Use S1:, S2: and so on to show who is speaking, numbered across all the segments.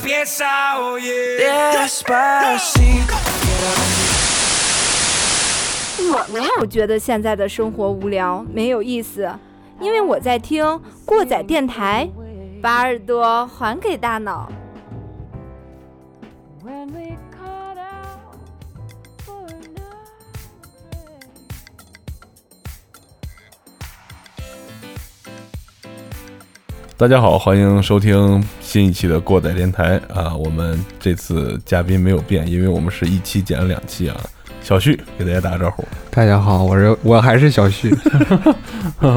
S1: salsa, oye. Despacito.
S2: 我没有觉得现在的生活无聊没有意思，因为我在听过载电台，把耳朵还给大脑。
S3: When we caught out for another day.
S4: 大家好，欢迎收听新一期的过载电台啊！我们这次嘉宾没有变，因为我们是一期剪了两期啊。小旭给大家打个招 呼，
S5: 大家好，我是我还是小旭，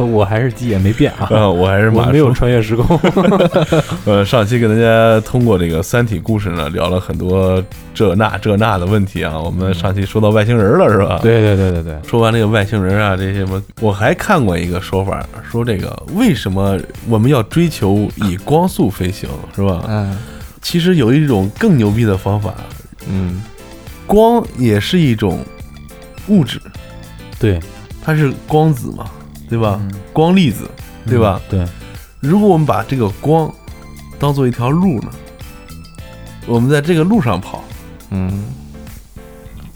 S6: 我还是基也没变啊，
S4: 啊，我还是
S6: 我
S4: 马
S6: 没有
S4: 叔
S6: 穿越时空。
S4: 呃，上期跟大家通过这个《三体》故事呢，聊了很多这那这那的问题啊。我们上期说到外星人了，是吧？。
S5: 呃
S6: 对对对对对，
S4: 说完这个外星人啊，这些什么，我还看过一个说法，说这个为什么我们要追求以光速飞行，是吧？
S5: 嗯
S4: 其实有一种更牛逼的方法，
S5: 嗯，
S4: 光也是一种物质，
S6: 对
S4: 它是光子嘛，对吧？
S6: 嗯
S4: 光粒子，对
S5: 嗯
S4: 吧？？
S6: 对，
S4: 如果我们把这个光当做一条路呢，我们在这个路上跑，
S5: 嗯，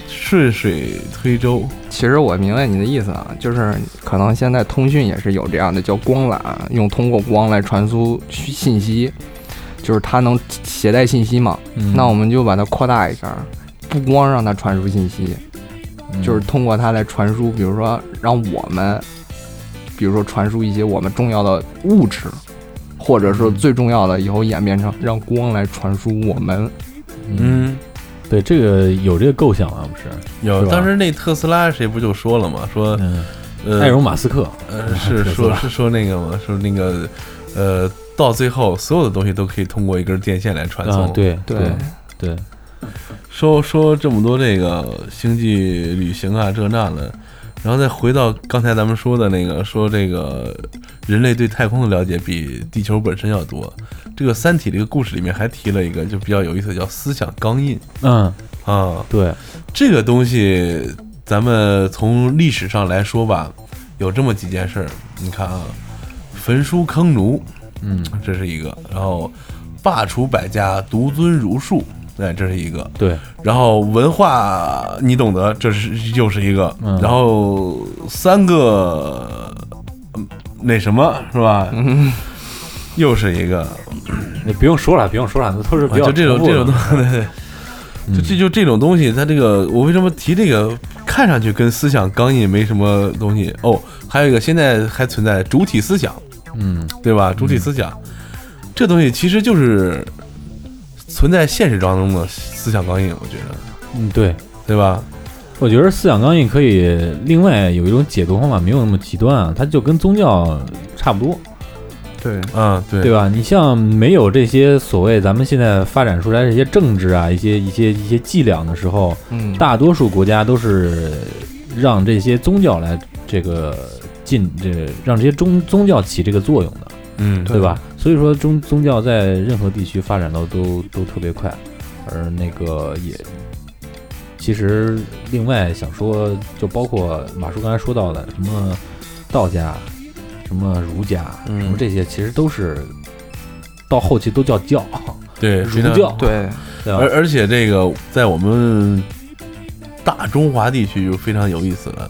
S4: 顺水推舟，
S5: 其实我明白你的意思啊，就是可能现在通讯也是有这样的，叫光缆，用通过光来传输信息，就是它能携带信息嘛。那我们就把它扩大一下，不光让它传输信息，就是通过它来传输，比如说让我们，比如说传输一些我们重要的物质，或者说最重要的，以后演变成让光来传输我们。
S4: 嗯，
S6: 对这个有这个构想啊，不是？
S4: 有
S6: 是吧
S4: 当时那特斯拉谁不就说了嘛，说
S6: 嗯，
S4: 呃，
S6: 埃隆·马斯克，
S4: 呃 是
S6: 特斯
S4: 说
S6: 拉
S4: 是说那个嘛，说那个呃，到最后所有的东西都可以通过一根电线来传送，
S6: 啊，对
S5: 对
S6: 对，
S4: 说说这么多这个星际旅行啊这那的，然后再回到刚才咱们说的那个，说这个人类对太空的了解比地球本身要多。这个《三体》这个故事里面还提了一个就比较有意思的，叫思想钢印
S6: 嗯，
S4: 啊。
S6: 对，
S4: 这个东西，咱们从历史上来说吧，有这么几件事儿，你看啊，焚书坑儒，
S6: 嗯，
S4: 这是一个，然后罢黜百家，独尊儒术，哎，这是一个。
S6: 对，
S4: 然后文化你懂得，这是又是一个，
S6: 嗯
S4: 然后三个嗯那什么是吧？
S5: 嗯，
S4: 又是一个，
S6: 你不用说了，不用说了，都是比较
S4: 啊就这种
S6: 重复
S4: 这种
S6: 的嗯
S4: 东西， 对对就这就这种东西，它这个我为什么提这个？看上去跟思想刚印没什么东西哦。还有一个，现在还存在主体思想，
S6: 嗯，
S4: 对吧？主体思想、这东西其实就是存在现实当中的思想刚印，我觉得，
S6: 嗯，对，
S4: 对吧？
S6: 我觉得思想钢印可以另外有一种解读方法，没有那么极端啊，它就跟宗教差不多，
S5: 对，
S4: 嗯，对
S6: 对吧？你像没有这些所谓咱们现在发展出来这些政治啊，一些一些一些伎俩的时候，
S5: 嗯，
S6: 大多数国家都是让这些宗教来这个进这让这些宗宗教起这个作用的，
S4: 嗯，
S6: 对吧？所以说宗宗教在任何地区发展到都都特别快，而那个也其实另外想说，就包括马叔刚才说到的什么道家、什么儒家、
S4: 嗯
S6: 什么这些，其实都是到后期都叫教，
S4: 对，
S6: 儒
S4: 非常
S6: 教，
S5: 对，
S6: 对
S4: 而
S6: 吧？
S4: 而且这个在我们大中华地区就非常有意思了，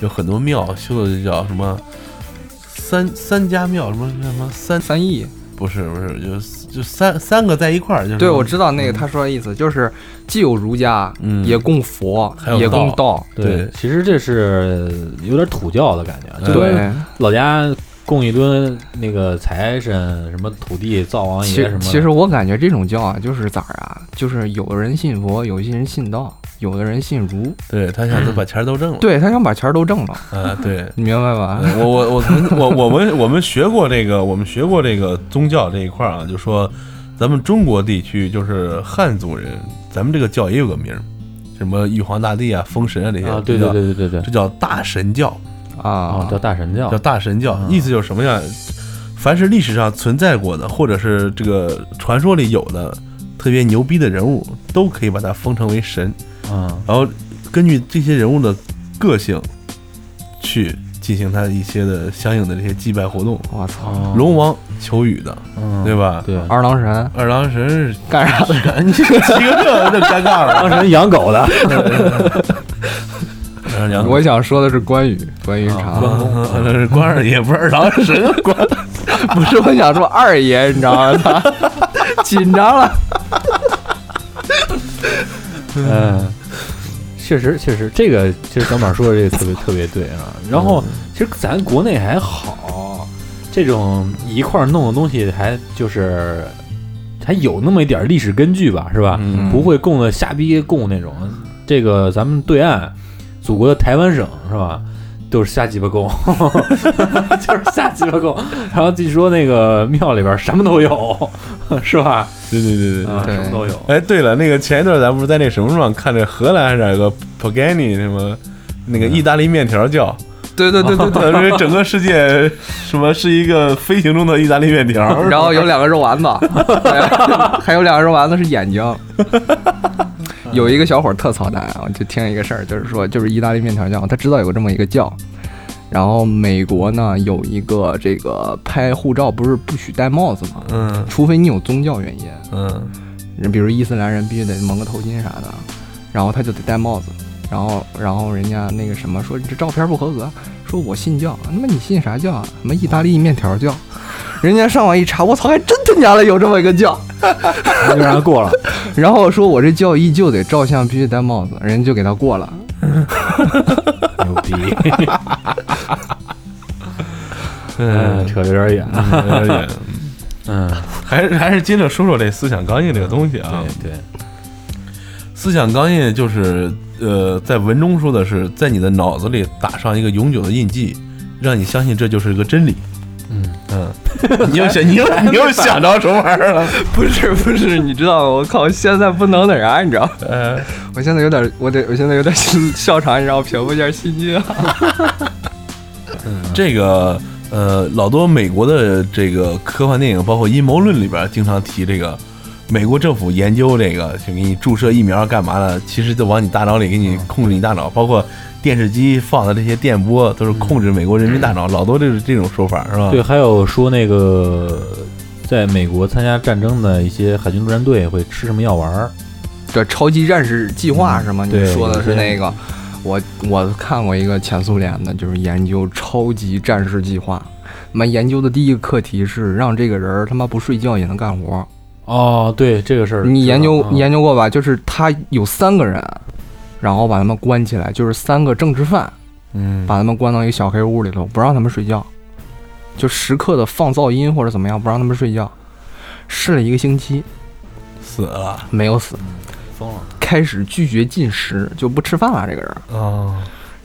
S4: 有很多庙修的就叫什么三三家庙，什么什么三
S5: 三亿。
S4: 不是不是，就就三三个在一块儿，就是
S5: 对，我知道那个他说的意思，就是既有儒家，
S4: 嗯
S5: 也供佛
S4: 还有，
S5: 也供
S4: 道
S5: 道，
S4: 对
S6: 其实这是有点土教的感觉，就跟
S5: 对，
S6: 老家供一尊那个财神，什么土地灶王
S5: 其
S6: 爷什么的。
S5: 其实我感觉这种教啊，就是咋儿啊，就是有的人信佛，有些人信道，有的人信儒，
S4: 对他想把钱儿都挣了，
S5: 对他想把钱儿都挣了，
S4: 啊对。
S5: 你明白吧？
S4: 我我我曾我我们我们学过这个，我们学过这个宗教这一块儿啊，就说咱们中国地区就是汉族人，咱们这个教也有个名儿，什么玉皇大帝啊、封神啊这些
S6: 啊，对
S4: 这
S6: 对
S4: 叫
S6: 对对对对
S4: 这，叫大神教，
S6: 哦
S5: 啊，，
S6: 叫大神教
S4: 叫，大神教，意思就是什么呀？凡是历史上存在过的，或者是这个传说里有的特别牛逼的人物，都可以把它封成为神，
S6: 嗯
S4: 然后根据这些人物的个性去进进行它一些的相应的这些祭拜活动。
S5: 我操，
S6: 哦
S4: 龙王求雨的，
S6: 嗯
S4: 哦对吧？
S6: 对，
S5: 二郎神
S4: 二郎神是
S5: 干啥的？
S4: 你这个这就尴尬 了。
S6: 当时养狗的，
S4: 然后
S5: 我想说的是关羽，关羽
S4: 啊
S5: 长，
S4: 那是关啊二爷，不是二郎神，关
S5: 不是我想说二爷，你知道吗？他 紧张了，
S6: 嗯，确实确实，这个其实小马说的这个特别特别对啊。然后其实咱国内还好，这种一块儿弄的东西还就是还有那么一点儿历史根据吧，是吧？
S4: 嗯
S6: 不会供的瞎逼供那种。这个咱们对岸，祖国的台湾省是吧？都是瞎鸡巴供， 就是瞎鸡巴供。然后据说那个庙里边儿什么都有，是吧？
S4: 对对对对对。
S6: 啊，
S5: 对
S6: 什么都有。
S4: 哎，对了，那个前一段咱不是在那什么上看着荷兰还是哪个 Pagani 什么那个意大利面条叫？
S5: 对对对对对。
S4: 对，因为整个世界什么是一个飞行中的意大利面条，
S5: 然后有两个肉丸子，对还有两个肉丸子是眼睛。有一个小伙儿特操蛋啊，我就听一个事儿，就是说，就是意大利面条酱，他知道有这么一个酱。然后美国呢有一个这个拍护照不是不许戴帽子吗？
S4: 嗯
S5: 除非你有宗教原因，
S4: 嗯
S5: 人比如伊斯兰人必须得蒙个头巾啥的，然后他就得戴帽子。然后，然后人家那个什么说你这照片不合格，说我信教，那么你信啥教啊？什么意大利面条教？人家上网一查，我操，还真他娘的有这么一个教。
S6: 就让他过了。
S5: 然后说我这教依旧得照相，必须戴帽子，人家就给他过了。
S6: 牛逼！嗯，扯有点远了。
S4: 有点远
S6: 嗯，
S4: 还是还是接着说说这思想钢印这个东西
S5: 嗯
S4: 啊。
S6: 对
S4: 思想钢印就是呃，在文中说的是，在你的脑子里打上一个永久的印记，让你相信这就是一个真理。
S6: 嗯
S4: 嗯， 你又想你又你又想着什么玩意儿了？
S5: 不是不是，你知道吗？我靠，现在不能那啥，你知道吗？
S4: 呃，
S5: 我现在有点，我得，我现在有点笑场，你让我平复一下心情。
S4: 这个呃，老多美国的这个科幻电影，包括阴谋论里边，经常提这个美国政府研究这个，就给你注射疫苗干嘛的，其实就往你大脑里给你控制你大脑，包括电视机放的这些电波都是控制美国人民大脑，老多这这种说法是吧？
S6: 对，还有说那个在美国参加战争的一些海军陆战队会吃什么药丸儿？
S5: 对，超级战士计划是吗？
S6: 对
S5: 你说的是那个？我我看过一个前苏联的，就是研究超级战士计划。他妈研究的第一个课题是让这个人儿他妈不睡觉也能干活。
S6: 哦，对这个事儿，
S5: 你研究
S4: 啊
S5: 你
S6: 研
S5: 研究过吧？就是他有三个人，然后把他们关起来，就是三个政治犯，
S4: 嗯，
S5: 把他们关到一个小黑屋里头，不让他们睡觉，就时刻的放噪音或者怎么样，不让他们睡觉。试了一个星期，
S4: 死了
S5: 没有死，
S6: 疯了，
S5: 开始拒绝进食，就不吃饭了。这个人，
S4: 哦，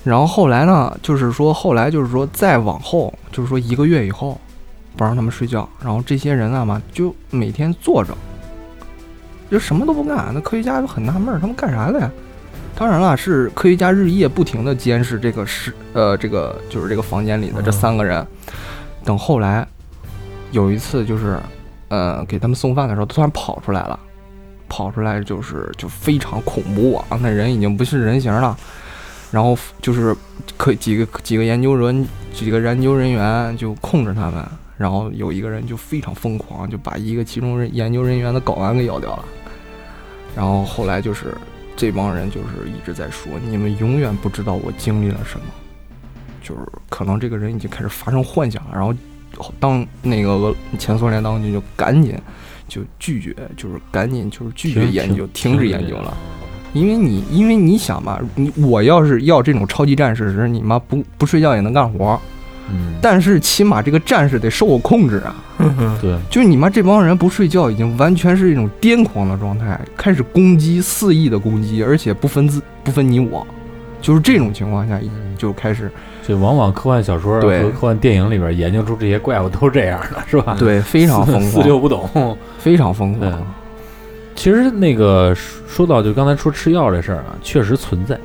S5: 然后后来呢，就是说后来就是说再往后，就是说一个月以后，不让他们睡觉，然后这些人啊嘛，就每天坐着，就什么都不干。那科学家就很纳闷儿，他们干啥的呀？当然了，是科学家日夜不停地监视这个是呃这个就是这个房间里的这三个人。等后来有一次就是，呃，给他们送饭的时候，突然跑出来了，跑出来就是就非常恐怖啊，那人已经不是人形了。然后就是可几个几个研究人几个研究人员就控制他们，然后有一个人就非常疯狂，就把一个其中人研究人员的睾丸给咬掉了。然后后来就是这帮人就是一直在说，你们永远不知道我经历了什么，就是可能这个人已经开始发生幻想了。然后当那个俄前苏联当局就赶紧就拒绝，就是赶紧就是拒绝
S6: 停
S5: 研究，
S6: 停
S5: 停止
S6: 停止
S5: 研究了。因为你，因为你想嘛，你我要是要这种超级战士时，你妈不不睡觉也能干活，
S6: 嗯，
S5: 但是起码这个战士得受我控制啊！
S6: 对，
S5: 就是你妈这帮人不睡觉，已经完全是一种癫狂的状态，开始攻击，肆意的攻击，而且不分自不分你我，就是这种情况下就开始
S6: 这往往科幻小说
S5: 对
S6: 和科幻电影里边研究出这些怪物都是这样 的，是 吧？，
S5: 对非常疯
S6: 啊四六
S5: 狂，
S6: 不懂。
S5: 非常疯
S6: 对
S5: 狂，
S6: 其实那个说说到就刚才说吃药这事儿啊，确实存在。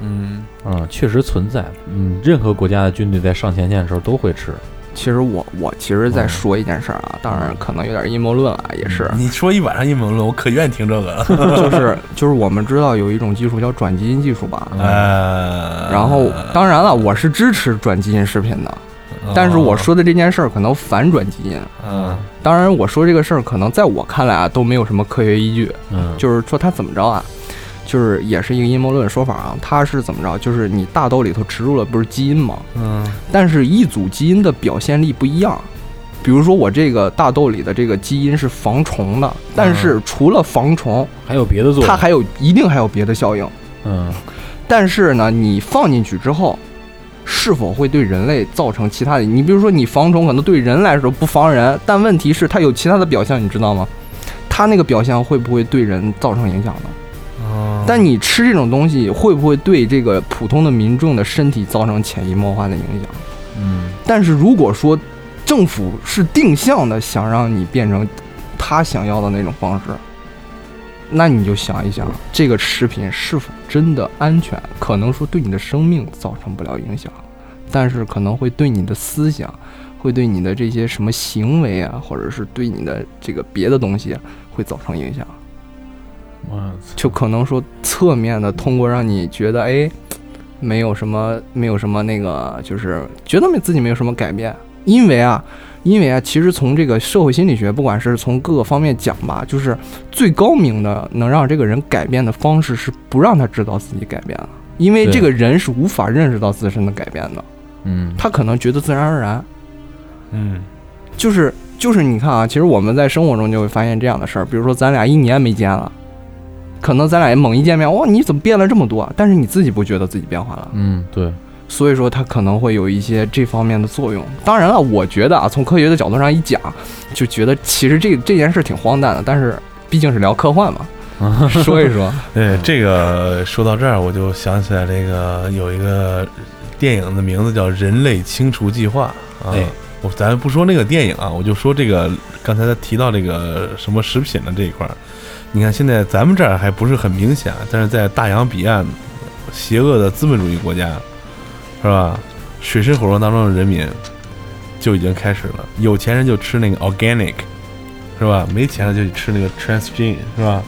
S4: 嗯，
S6: 啊、确实存在。嗯，任何国家的军队在上前线的时候都会吃，
S5: 其实我我其实在说一件事儿
S6: 嗯
S5: 啊，当然可能有点阴谋论了，也是，
S4: 你说一晚上阴谋论，我可愿意听这个了。
S6: 嗯
S5: 就是 就是我们知道有一种技术叫转基因技术吧，
S4: 呃，
S5: 然后当然了，我是支持转基因食品的，
S4: 哦
S5: 但是我说的这件事儿可能反转基因。
S4: 嗯，
S5: 当然，我说这个事儿可能在我看来啊都没有什么科学依据，
S6: 嗯，
S5: 就是说它怎么着啊，就是也是一个阴谋论说法啊，它是怎么着？就是你大豆里头植入了不是基因吗？
S4: 嗯
S5: 但是一组基因的表现力不一样。比如说我这个大豆里的这个基因是防虫的，但是除了防虫，
S6: 还有别的作
S5: 它
S6: 用，
S5: 还有一定还有别的效应。
S6: 嗯，
S5: 但是呢，你放进去之后，是否会对人类造成其他的？你比如说，你防虫可能对人来说不防人，但问题是它有其他的表象，你知道吗？它那个表象会不会对人造成影响呢？
S4: 嗯，
S5: 但你吃这种东西，会不会对这个普通的民众的身体造成潜移默化的影响？
S4: 嗯
S5: 但是如果说政府是定向的想让你变成他想要的那种方式，那你就想一想，这个食品是否真的安全？可能说对你的生命造成不了影响，但是可能会对你的思想，会对你的这些什么行为啊，或者是对你的这个别的东西啊会造成影响。
S6: 哇
S5: 就可能说侧面的通过让你觉得哎，没有什么没有什么那个，就是觉得没自己没有什么改变，因为啊，因为啊，其实从这个社会心理学，不管是从各个方面讲吧，就是最高明的能让这个人改变的方式是不让他知道自己改变了，因为
S6: 对
S5: 这个人是无法认识到自身的改变的，
S6: 嗯，
S5: 他可能觉得自然而然，
S4: 嗯
S5: 就是就是你看啊，其实我们在生活中就会发现这样的事儿，比如说咱俩一年没见了，可能咱俩猛一见面，哇，你怎么变了这么多？但是你自己不觉得自己变化了，
S6: 嗯，对，
S5: 所以说它可能会有一些这方面的作用。当然了，我觉得啊，从科学的角度上一讲，就觉得其实这这件事挺荒诞的，但是毕竟是聊科幻嘛， 说一说，
S4: 对，这个说到这儿，我就想起来这个有一个电影的名字叫《人类清除计划》啊。
S6: 哎
S4: 我咱不说那个电影啊，我就说这个刚才他提到这个什么食品的这一块儿，你看现在咱们这儿还不是很明显，但是在大洋彼岸，邪恶的资本主义国家，是吧？水深火热当中的人民就已经开始了，有钱人就吃那个 organic，是吧？没钱的就吃那个 transgene，是吧？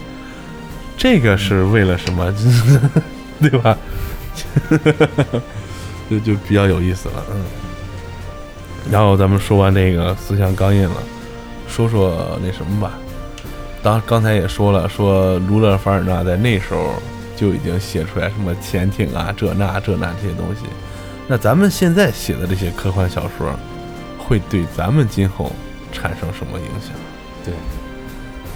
S4: 这个是为了什么？ 对吧？ 就就比较有意思了，嗯。然后咱们说完这个思想钢印了，说说那什么吧。当刚才也说了，说卢勒凡尔纳在那时候就已经写出来什么潜艇啊，这那这那这些东西。那咱们现在写的这些科幻小说，会对咱们今后产生什么影响？
S6: 对，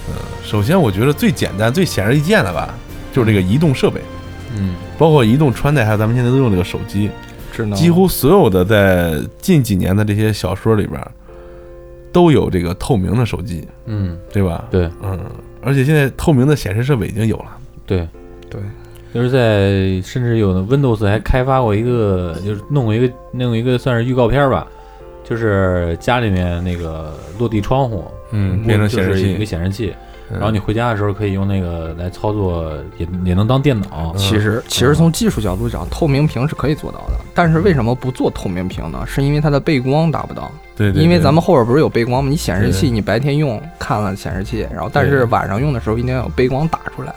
S4: 嗯，首先我觉得最简单、最显而易见的吧，就是这个移动设备，
S6: 嗯，
S4: 包括移动穿戴，还有咱们现在都用这个手机。
S5: 智能
S4: 几乎所有的在近几年的这些小说里边儿，都有这个透明的手机，
S6: 嗯，
S4: 对吧？，
S6: 对
S4: 嗯，而且现在透明的显示设备已经有了，
S6: 对，
S5: 对，
S6: 就是在甚至有的 Windows 还开发过一个，就是弄过一个弄一个算是预告片儿吧，就是家里面那个落地窗户，
S4: 嗯，变成显示
S6: 就是一个
S4: 器，
S6: 显示器，
S4: 嗯
S6: 然后你回家的时候可以用那个来操作，也也能当电脑。
S4: 嗯
S5: 其实，其实从技术角度讲，透明屏是可以做到的。但是为什么不做透明屏呢？是因为它的背光达不到。
S4: 对对，
S5: 因为
S4: 对
S5: 咱们后边不是有背光吗？你显示器
S4: 对
S5: 你白天用看了显示器，然后但是
S4: 对
S5: 晚上用的时候一定要有背光打出来。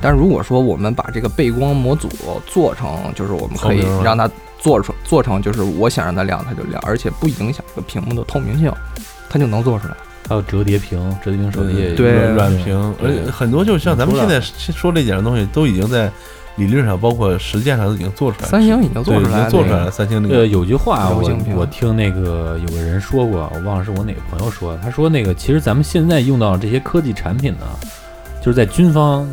S5: 但如果说我们把这个背光模组做成，就是我们可以
S4: 透明了
S5: 让它做出做成，就是我想让它亮它就亮，而且不影响这个屏幕的透明性，它就能做出来。
S6: 还有折叠屏，折叠屏手机也
S5: 对
S4: 软软屏，而
S6: 对
S4: 且很多就像咱们现在说这几样东西，都已经在理论上，包括实践上都已经做出来了，
S5: 三星已经做
S4: 对，已
S5: 出来
S4: 经
S5: 了，
S4: 做出来了，三星那
S6: 呃，
S4: 个，
S6: 有句话
S5: 柔
S6: 我
S5: 性屏
S6: 我听那个有个人说过，我忘了是我哪个朋友说的。他说那个其实咱们现在用到的这些科技产品呢，就是在军方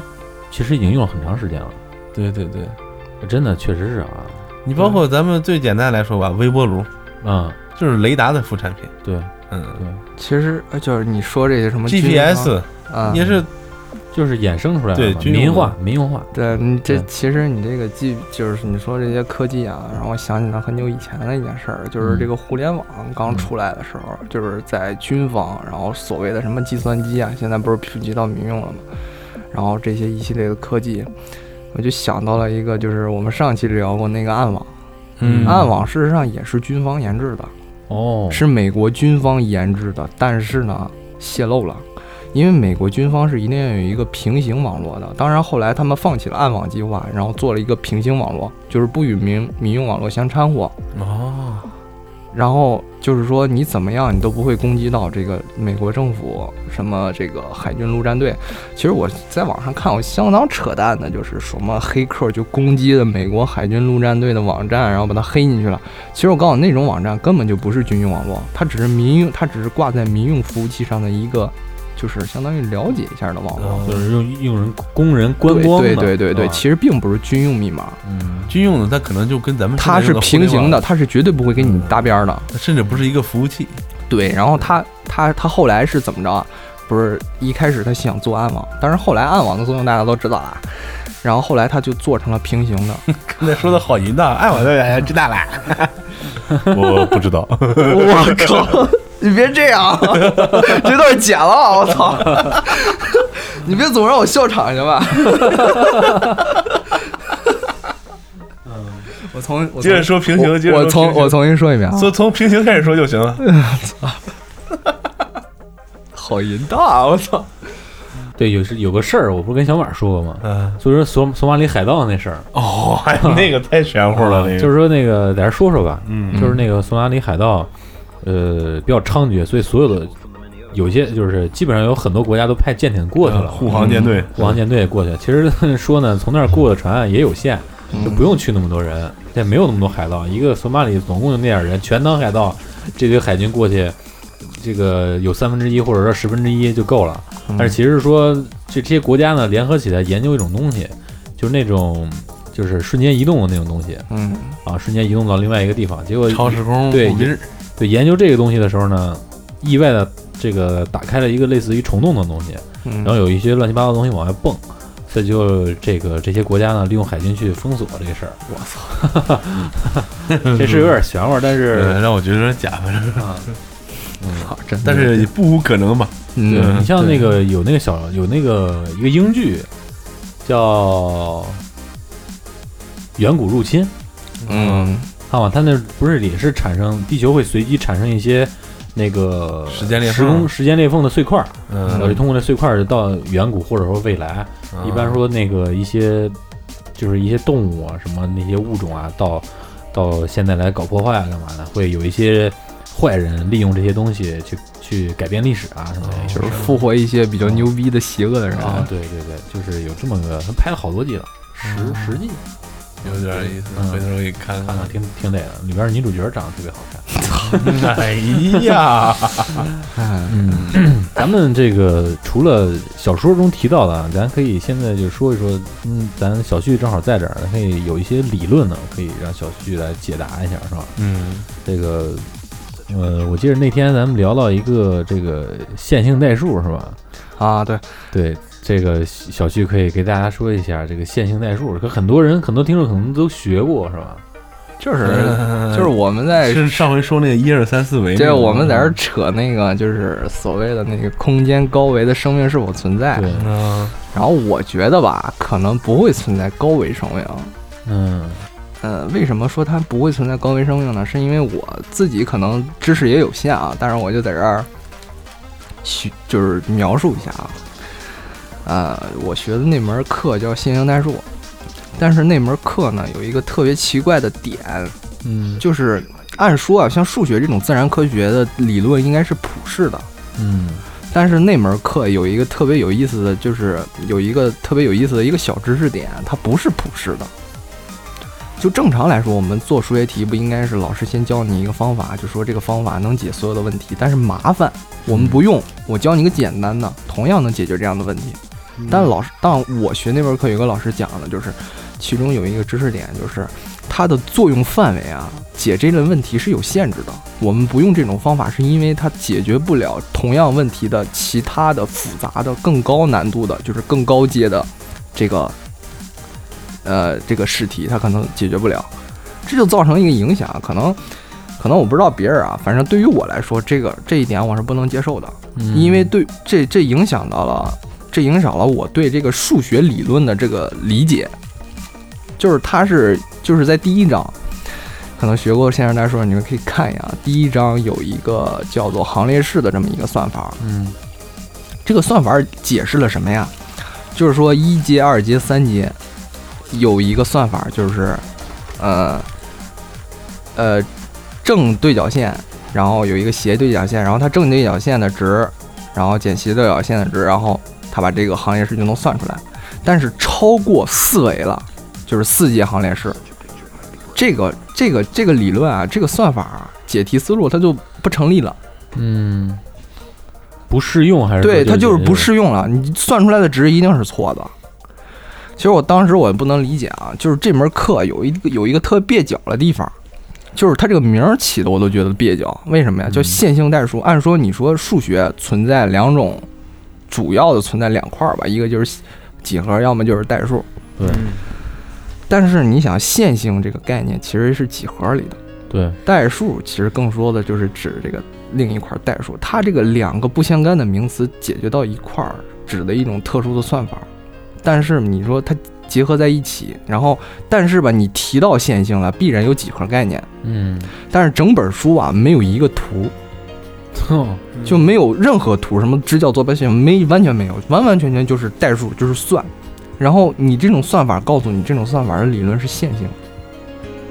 S6: 其实已经用了很长时间了，
S4: 对对对，
S6: 真的确实是啊，
S4: 你包括咱们最简单来说吧，微波炉
S6: 嗯，
S4: 就是雷达的副产品，
S6: 对
S4: 嗯
S6: 对，
S5: 其实呃就是你说这些什么
S4: ，GPS
S5: 啊，
S4: 也是
S6: 就是衍生出来
S4: 对
S6: 的嘛
S4: 军用
S6: 民
S4: 的
S6: 化民用化，
S5: 对你这
S6: 对
S5: 其实你这个技就是你说这些科技啊，让我想起来很久以前的一件事儿，就是这个互联网刚出来的时候，就是在军方，然后所谓的什么计算机啊，现在不是普及到民用了吗？然后这些一系列的科技，我就想到了一啊个，就是我们上期聊过那个暗网，
S4: 嗯
S5: 暗网事实上也是军方研制的，
S6: 哦，
S5: 是美国军方研制的，但是呢泄露了，因为美国军方是一定要有一个平行网络的。当然后来他们放弃了暗网计划，然后做了一个平行网络，就是不与民民用网络相掺和。
S4: 哦，
S5: 然后就是说你怎么样，你都不会攻击到这个美国政府，什么这个海军陆战队。其实我在网上看，我相当扯淡的，就是什么黑客就攻击了美国海军陆战队的网站，然后把它黑进去了。其实我告诉你，那种网站根本就不是军用网络，它只是民用，它只是挂在民用服务器上的一个，就是相当于了解一下的网络。
S6: 就是用用人工人观光
S5: 对
S6: 嘛
S5: 对对对，
S6: 啊
S5: 其实并不是军用密码，
S6: 嗯
S4: 军用的它可能就跟咱们现在
S5: 它是
S4: 用的
S5: 平行的，
S4: 互
S5: 它是绝对不会给你搭边儿的。
S4: 联网，甚至不是一个服务器。
S5: 对，然后他他他后来是怎么着啊？不是一开始他想做暗网，但是后来暗网的作用大家都知道了，然后后来他就做成了平行的。
S4: 刚才说的好淫荡，哎，我都知道啦。 我不知道，
S5: 我靠！ 你别这样，这段剪了啊，我 操！你别总让我笑场行吧？我从我
S4: 嗯接着说平行
S5: 我
S4: 接着说
S5: 我
S4: 平
S5: 从
S4: 行
S5: 我重新说一遍啊，
S4: 从从平行开始说就行 了。
S5: 好淫荡啊，我操！
S6: 对，有是有个事儿，我不是跟小马说过吗？
S4: 嗯，
S6: 所以说索索马里海盗那事儿，
S4: 哦，哎那个太玄乎了，那个
S6: 啊就是说那个在这说说吧，
S4: 嗯
S6: 就是那个索马里海盗，呃，比较猖獗，所以所有的有些就是基本上有很多国家都派舰艇过去了，
S4: 嗯护航舰队，
S6: 护航舰队过去。其实 说呢，从那儿过的船也有限，就不用去那么多人，也没有那么多海盗。一个索马里总共就那点人，全当海盗，这堆海军过去，这个有三分之一或者说十分之一就够了。
S5: 嗯
S6: 但是其实说这这些国家呢联合起来研究一种东西，就是那种就是瞬间移动的那种东西
S5: 嗯，
S6: 啊，瞬间移动到另外一个地方。结果
S4: 超时空
S6: 对
S4: 步兵，
S6: 对研究这个东西的时候呢，意外的这个打开了一个类似于虫洞的东西，
S5: 然
S6: 然后有一些乱七八糟的东西往外蹦。所以就这个这些国家呢，利用海军去封锁这个事儿。我操， 这是有点玄乎，但是
S5: 呃
S4: 对，呃让我觉得有点假，反正，
S6: 啊，
S4: 嗯
S5: 真的
S4: 但是也不无可能吧。
S5: 嗯，
S6: 你像
S5: 对
S6: 那个有那个小有那个一个英剧叫《远古入侵》
S5: 嗯
S6: 啊，它那不是也是产生地球会随机产生一些那个
S4: 时间裂缝
S6: 时空时间裂缝的碎块儿，然后
S5: 呃
S4: 嗯
S6: 就，通过这碎块儿就到远古或者说未来。一般说那个一些就是一些动物啊，什么那些物种啊，到到现在来搞破坏啊，干嘛的？会有一些坏人利用这些东西去去改变历史啊什么的，
S5: 就是复活一些比较牛逼的邪恶的人
S6: 啊，对对对，就是有这么个，他拍了好多季了，十十季，
S4: 有点意思，
S6: 嗯
S4: 回头给你看
S6: 看看挺挺累的。里边女主角长得特别好看。
S4: 看。哎呀，
S5: 嗯
S6: 嗯，咱们这个除了小说中提到的啊，咱可以现在就说一说，嗯，咱小旭正好在这儿，咱可以有一些理论呢，可以让小旭来解答一下，是吧？
S4: 嗯，
S6: 这个，呃，我记得那天咱们聊到一个这个线性代数是吧？
S5: 啊，对，
S6: 对，这个小旭可以给大家说一下这个线性代数，可很多人很多听众可能都学过是吧？
S5: 就是嗯
S4: 嗯
S5: 就是我们在
S4: 是上回说那个一二三四维那个，
S5: 对我们在这儿扯那个就是所谓的那个空间高维的生命是否存在，
S6: 对，
S4: 嗯，
S5: 然后我觉得吧，可能不会存在高维生命。
S6: 嗯
S5: 呃，为什么说它不会存在高维生命呢？是因为我自己可能知识也有限啊，但是我就在这儿学，就是描述一下啊。呃，我学的那门课叫线性代数，但是那门课呢有一个特别奇怪的点，
S6: 嗯
S5: 就是按说啊，像数学这种自然科学的理论应该是普世的，
S6: 嗯
S5: 但是那门课有一个特别有意思的，就是有一个特别有意思的一个小知识点，它不是普世的。就正常来说，我们做数学题不应该是老师先教你一个方法，就说这个方法能解所有的问题，但是麻烦我们不用，我教你个简单的，同样能解决这样的问题。但老师，但我学那门课有个老师讲的就是，其中有一个知识点就是它的作用范围啊，解这类问题是有限制的。我们不用这种方法，是因为它解决不了同样问题的其他的复杂的、更高难度的，就是更高阶的这个呃这个试题，它可能解决不了。这就造成一个影响，啊可能可能我不知道别人啊，反正对于我来说，这个这一点我是不能接受的。
S6: 嗯
S5: 因为对这这影响到了，这影响了我对这个数学理论的这个理解，就是它是就是在第一章，可能学过线上代数，你们可以看一下，第一章有一个叫做行列式的这么一个算法，
S4: 嗯
S5: 这个算法解释了什么呀？就是说一阶、二阶、三阶有一个算法，就是呃呃正对角线，然后有一个斜对角线，然后它正对角线的值，然后减斜对角线的值，然后它把这个行列式就能算出来。但是超过四维了，就是四阶行列式。这个这个这个理论啊，这个算法啊解题思路它就不成立了。
S6: 嗯，不适用还是
S5: 对，
S6: 说
S5: 它就是不适用了，你算出来的值一定是错的。其实我当时我也不能理解啊，就是这门课有一个有一个特蹩脚的地方，就是它这个名儿起的我都觉得蹩脚，为什么呀？
S6: 嗯
S5: 叫线性代数。按说你说数学存在两种，主要的存在两块儿吧，一个就是几何，要么就是代数。
S6: 对
S5: 但是你想，线性这个概念其实是几何里的。
S6: 对，
S5: 代数其实更说的就是指这个另一块代数，它这个两个不相干的名词解决到一块儿，指的一种特殊的算法。但是你说它结合在一起，然后但是吧，你提到线性了，必然有几何概念，
S6: 嗯，
S5: 但是整本书啊没有一个图，
S6: 哼，
S5: 就没有任何图，什么支教坐标线没完全没有，完完全全就是代数，就是算。然后你这种算法告诉你，这种算法的理论是线性。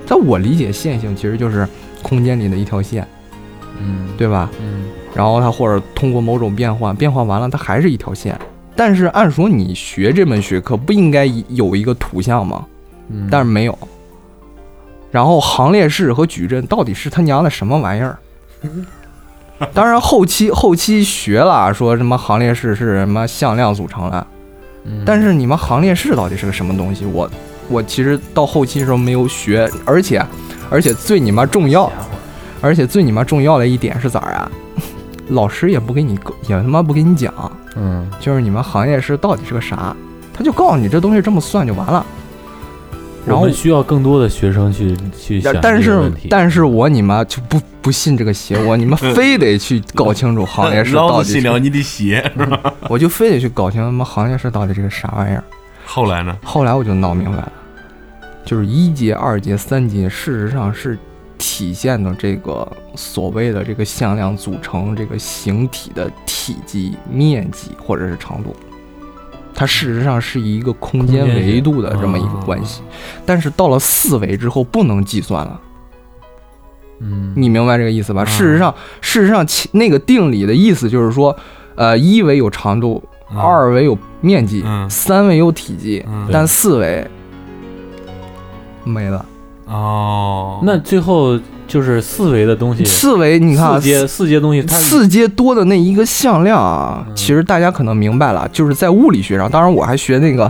S5: 在我理解，线性其实就是空间里的一条线，
S6: 嗯，
S5: 对吧？
S6: 嗯，
S5: 然后它或者通过某种变换，变换完了它还是一条线。但是按说你学这门学科不应该有一个图像吗？
S6: 嗯，
S5: 但是没有。然后行列式和矩阵到底是他娘的什么玩意儿？当然后期后期学了，啊说什么行列式是什么向量组成了，
S6: 嗯
S5: 但是你们行列式到底是个什么东西？我我其实到后期的时候没有学，而且而且最你妈重要，而且最你妈重要的一点是咋儿啊？ 老师也不给你也他妈不给你讲，
S6: 嗯，
S5: 就是你们行业是到底是个啥，他就告诉你这东西这么算就完了。然
S6: 我
S5: 后
S6: 们，需要更多的学生去去想
S5: 但但
S6: 这个
S5: 是
S6: 问题
S5: 但是我你妈就不不信这个邪，我你妈非得去搞清楚行 业是到
S4: 老
S5: 底
S4: 子信
S5: 是，
S4: 了你的邪。
S5: 我就非得去搞清楚他妈行业是到底是个啥玩意儿。
S4: 后来呢？
S5: 后来我就闹明白了，就是一节、二节、三节，事实上是体现的这个所谓的这个向量组成这个形体的体积、面积或者是长度，它事实上是一个空间维度的这么一个关系。
S4: 嗯
S5: 但是到了四维之后，不能计算了。
S6: 嗯，
S5: 你明白这个意思吧？
S4: 嗯
S5: 事实上，事实上其那个定理的意思就是说，呃，一维有长度，
S4: 嗯
S5: 二维有面积，
S4: 嗯
S5: 三维有体积，
S4: 嗯
S5: 但四维没了。
S4: 哦，
S6: 那最后就是四维的东西，
S5: 四维你看啊
S6: 四阶四阶东西，它
S5: 四阶多的那一个向量啊，
S6: 嗯
S5: 其实大家可能明白了，就是在物理学上，当然我还学那个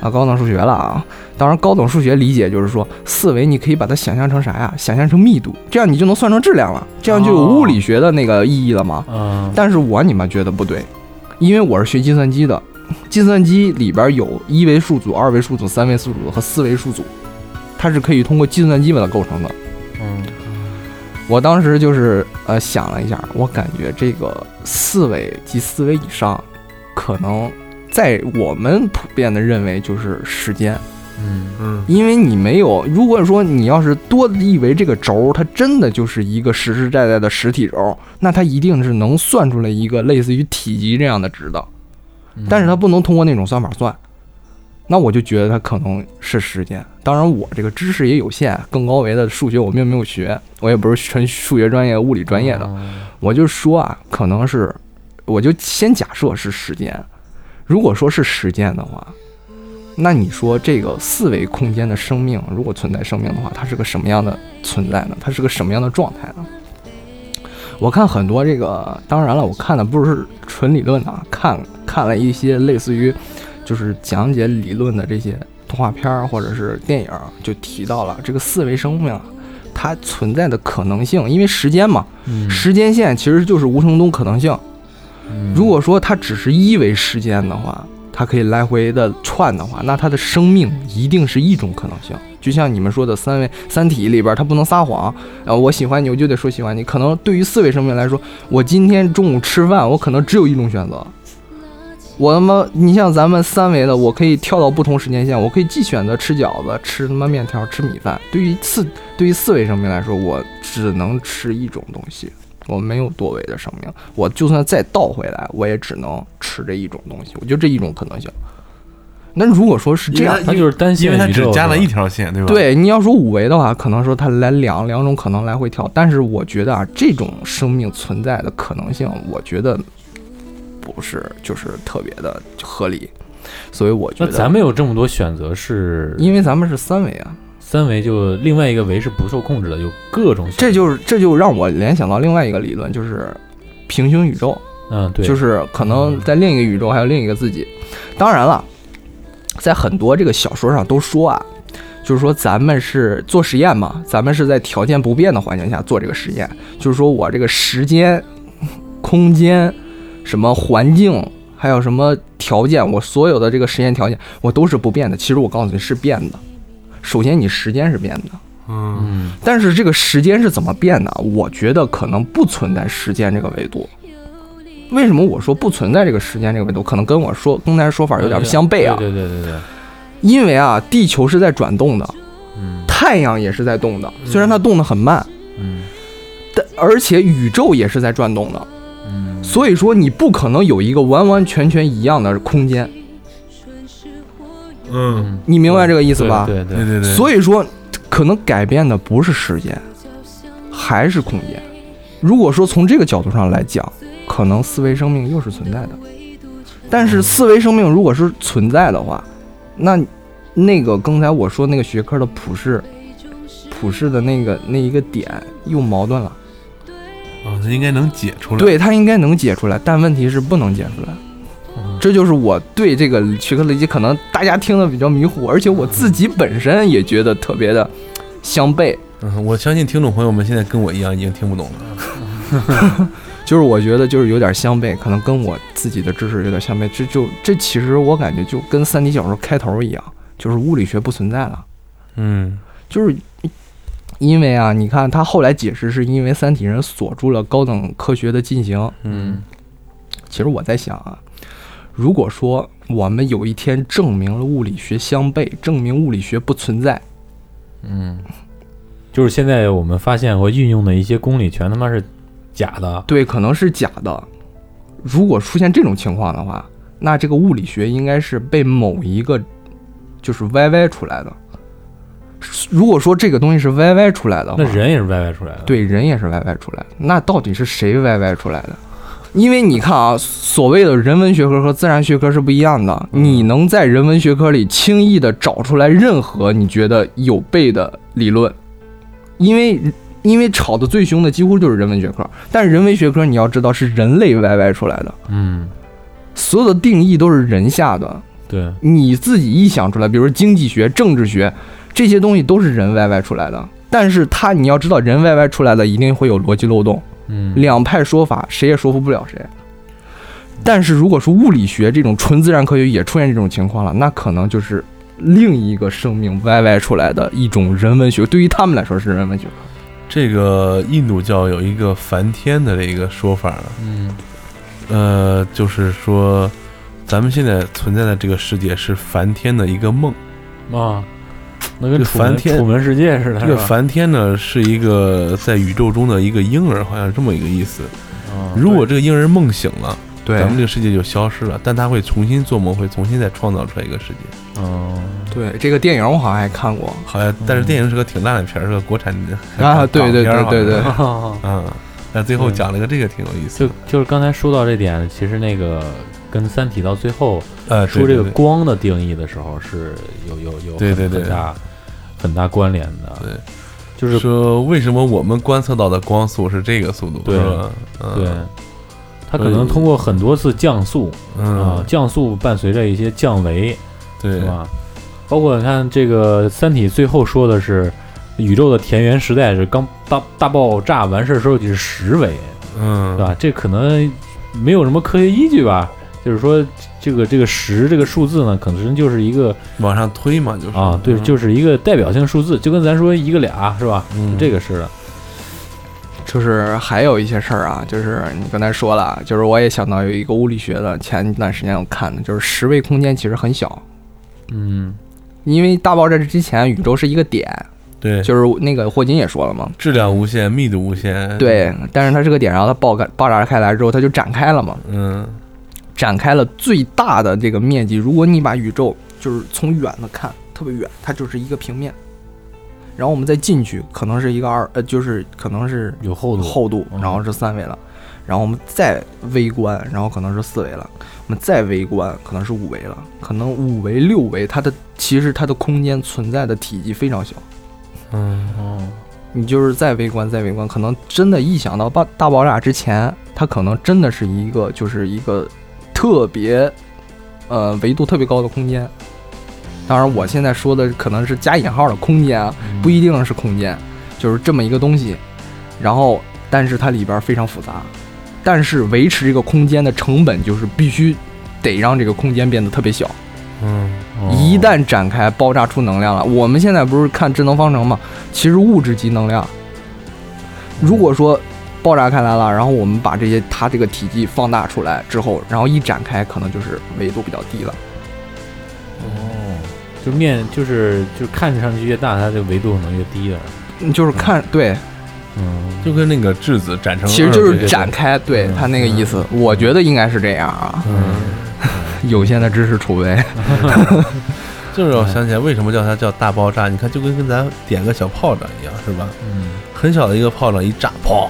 S5: 啊高等数学了啊。当然，高等数学理解就是说，四维你可以把它想象成啥呀？想象成密度，这样你就能算出质量了，这样就有
S4: 哦
S5: 物理学的那个意义了嘛。
S6: 嗯，
S5: 但是我你妈觉得不对，因为我是学计算机的，计算机里边有一维数组、二维数组、三维数组和四维数组，它是可以通过计算机把它构成的。
S6: 嗯
S5: 我当时就是呃想了一下，我感觉这个四维及四维以上，可能在我们普遍的认为就是时间，
S6: 嗯
S4: 嗯
S5: 因为你没有，如果说你要是多一维这个轴，它真的就是一个实实在在的实体轴，那它一定是能算出来一个类似于体积这样的值的，
S6: 嗯，
S5: 但是它不能通过那种算法算。那我就觉得它可能是时间。当然，我这个知识也有限，更高维的数学我并没有学，我也不是纯数学专业、物理专业的。
S6: 嗯
S5: 我就说啊，可能是，我就先假设是时间。如果说是时间的话，那你说这个四维空间的生命，如果存在生命的话，它是个什么样的存在呢？它是个什么样的状态呢？我看很多这个，当然了，我看的不是纯理论的啊，看看了一些类似于就是讲解理论的这些动画片儿或者是电影儿，就提到了这个四维生命啊它存在的可能性，因为时间嘛，
S6: 嗯
S5: 时间线其实就是无穷多可能性。
S6: 嗯
S5: 如果说它只是一维时间的话，它可以来回的串的话，那它的生命一定是一种可能性。就像你们说的三维《三体》里边，它不能撒谎。呃，我喜欢你，我就得说喜欢你。可能对于四维生命来说，我今天中午吃饭，我可能只有一种选择，我他妈，你像咱们三维的，我可以跳到不同时间线，我可以既选择吃饺子、吃他妈面条、吃米饭。对于次，对于四维生命来说，我只能吃一种东西，我没有多维的生命。我就算再倒回来，我也只能吃这一种东西，我就这一种可能性。那如果说是这样，
S6: 他就是单线
S4: 因为它
S6: 宇
S4: 只
S6: 宙
S4: 加了一
S6: 条，
S4: 条线，对吧？，
S5: 对你要说五维的话，可能说它来两两种可能来回跳，但是我觉得啊，这种生命存在的可能性，我觉得不是就是特别的合理，所以我觉
S6: 那
S5: 得
S6: 咱们有这么多选择是，
S5: 因为咱们是三维啊，
S6: 三维就另外一个维是不受控制的，有各种选择。
S5: 这就是这就让我联想到另外一个理论，就是平行宇宙，
S6: 嗯，对，
S5: 就是可能在另一个宇宙还有另一个自己。当然了，在很多这个小说上都说啊，就是说咱们是做实验嘛，咱们是在条件不变的环境下做这个实验，就是说我这个时间、 空间、什么环境。还有什么条件？我所有的这个实验条件，我都是不变的。其实我告诉你是变的。首先，你时间是变的，
S4: 嗯，
S6: 嗯，
S5: 但是这个时间是怎么变的？我觉得可能不存在时间这个维度。为什么我说不存在这个时间这个维度？可能跟我说刚才说法有点相悖啊。
S6: 对对对对对，
S5: 因为啊，地球是在转动的，
S6: 嗯
S5: 太阳也是在动的，虽然它动得很慢，
S6: 嗯
S5: 但而且宇宙也是在转动的。
S6: 嗯，
S5: 所以说，你不可能有一个完完全全一样的空间，
S4: 嗯，
S5: 你明白这个意
S6: 意
S5: 思吧？嗯
S6: 对对
S4: 对对对，
S5: 所以说，可能改变的不是时间，还是空间。如果说从这个角度上来讲，可能四维生命又是存在的。但
S4: 嗯
S5: 是四维生命如果是存在的话，那那个刚才我说那个学科的普世，普世的那个那一个点又矛盾了。
S4: 啊，它应该能解出来。，
S5: 对，它应该能解出来，但问题是不能解出来。
S4: 嗯
S5: 这就是我对这个学科理解，可能大家听的比较迷糊，而且我自己本身也觉得特别的相悖。
S4: 嗯，我相信听众朋友们现在跟我一样已经听不懂了。
S5: 就是我觉得就是有点相悖，可能跟我自己的知识有点相悖。这就这其实我感觉就跟三体小说开头一样，就是物理学不存在了，
S4: 嗯，
S5: 就是因为啊，你看他后来解释是因为三体人锁住了高等科学的进行。
S4: 嗯，
S5: 其实我在想啊，如果说我们有一天证明了物理学相悖，证明物理学不存在，
S6: 就是现在我们发现和运用的一些公理全他妈是假的，
S5: 对，可能是假的。如果出现这种情况的话，那这个物理学应该是被某一个就是歪歪出来的。如果说这个东西是歪歪出来的话，
S6: 那人也是歪歪出来的。，
S5: 对人也是歪歪出来的。那到底是谁歪歪出来的？因为你看啊，所谓的人文学科和自然学科是不一样的。你能在人文学科里轻易的找出来任何你觉得有悖的理论，因为因为吵得最凶的几乎就是人文学科。但是人文学科你要知道是人类歪歪出来的，
S6: 嗯，
S5: 所有的定义都是人下的，
S6: 对，
S5: 你自己臆想出来，比如说经济学、政治学这些东西都是人 YY 出来的。但是它你要知道，人 YY 出来的一定会有逻辑漏洞，
S6: 嗯，
S5: 两派说法谁也说服不了谁。但是如果说物理学这种纯自然科学也出现这种情况了，那可能就是另一个生命 YY 出来的一种人文学，对于他们来说是人文学。
S4: 这个印度教有一个梵天的这个说法，
S6: 嗯
S4: 呃，就是说，咱们现在存在的这个世界是梵天的一个梦。
S6: 啊，那跟
S4: 这
S6: 楚
S4: 梵
S6: 门
S4: 天
S6: 楚门世界似的，
S4: 这
S6: 是
S4: 个
S6: 吧
S4: 梵天呢，是一个在宇宙中的一个婴儿，好像是这么一个意思。
S6: 啊
S4: 如果这个婴儿梦醒了，
S5: 对
S4: 咱们这个世界就消失了，但他会重新做梦，会重新再创造出来一个世界。
S6: 嗯，
S5: 对这个电影我好像还看过
S4: 好像，但是电影是个挺烂的片儿，是个国产的
S5: 啊，对对对对，
S4: 港片儿
S5: 对
S4: 好，
S5: 啊
S4: 像嗯，但最后讲了个这个挺有意思
S6: 就
S4: 的，
S6: 就是刚才说到这点，其实那个跟《三体》到最后
S5: 嗯
S4: 呃，
S6: 说
S4: 对
S6: 这个
S4: 对对
S6: 光的定义的时候，是有有有
S4: 对
S6: 很
S4: 对对
S6: 很大很大关联的。
S4: 对，
S6: 就是
S4: 说为什么我们观测到的光速是这个速度，
S6: 对
S4: 是吧？嗯
S5: 啊
S6: 对，，它可能通过很多次降速啊、
S4: 嗯，
S6: 降速伴随着一些降维，
S4: 对
S6: 是，吧？包括你看这个《三体》最后说的是宇宙的田园时代是刚大大爆炸完事儿时候就是十维，
S4: 嗯，
S6: 对吧？这可能没有什么科学依据吧。就是说，这个这个十这个数字呢，可能就是一个
S4: 往上推嘛，就是嗯
S6: 啊，对，就是一个代表性数字，就跟咱说一个俩是吧？
S4: 嗯
S6: 这个是的，
S5: 就是还有一些事儿啊，就是你刚才说了，就是我也想到有一个物理学的，前一段时间我看的，就是十维空间其实很小，
S4: 嗯，
S5: 因为大爆炸之前宇宙是一个点，
S4: 对，
S5: 就是那个霍金也说了嘛，
S4: 质量无限，密度无限，，
S5: 对，但是它是个点，啊然后它爆开爆炸开来之后，它就展开了嘛，
S4: 嗯，
S5: 展开了最大的这个面积。如果你把宇宙就是从远的看，特别远，它就是一个平面，然后我们再进去，可能是一个二呃，就是可能是
S6: 有厚度，
S5: 厚度，
S6: 嗯
S5: 然后是三维了，然后我们再微观，然后可能是四维了，我们再微观可能是五维了，可能五维六维，它的其实它的空间存在的体积非常小。
S4: 嗯，
S6: 哦，
S5: 你就是再微观再微观，可能真的一想到爆大爆炸之前，它可能真的是一个就是一个特别呃维度特别高的空间。当然，我现在说的可能是加引号的空间啊，不一定是空间，就是这么一个东西。然后，但是它里边非常复杂，但是维持这个空间的成本就是必须得让这个空间变得特别小。
S4: 嗯，
S6: 哦
S5: 一旦展开，爆炸出能量了。我们现在不是看智能方程嘛？其实物质即能量。如果说爆炸开来了，然后我们把这些它这个体积放大出来之后，然后一展开，可能就是维度比较低了。
S6: 哦，就面就是就是看上去越大，它的维度可能越低了。
S5: 嗯就是看对，
S6: 嗯，
S4: 就跟那个质子展成，
S5: 其实就
S6: 对
S5: 是
S6: 对
S5: 展开，对
S6: 嗯
S5: 它那个意思。我觉得应该是这样啊，
S4: 嗯，
S5: 有限的知识储 备。
S4: 就是我
S6: 嗯
S4: 想起来为什么叫它叫大爆炸，你看就跟跟咱点个小炮仗一样，是吧？
S6: 嗯，
S4: 很小的一个炮仗一炸，砰，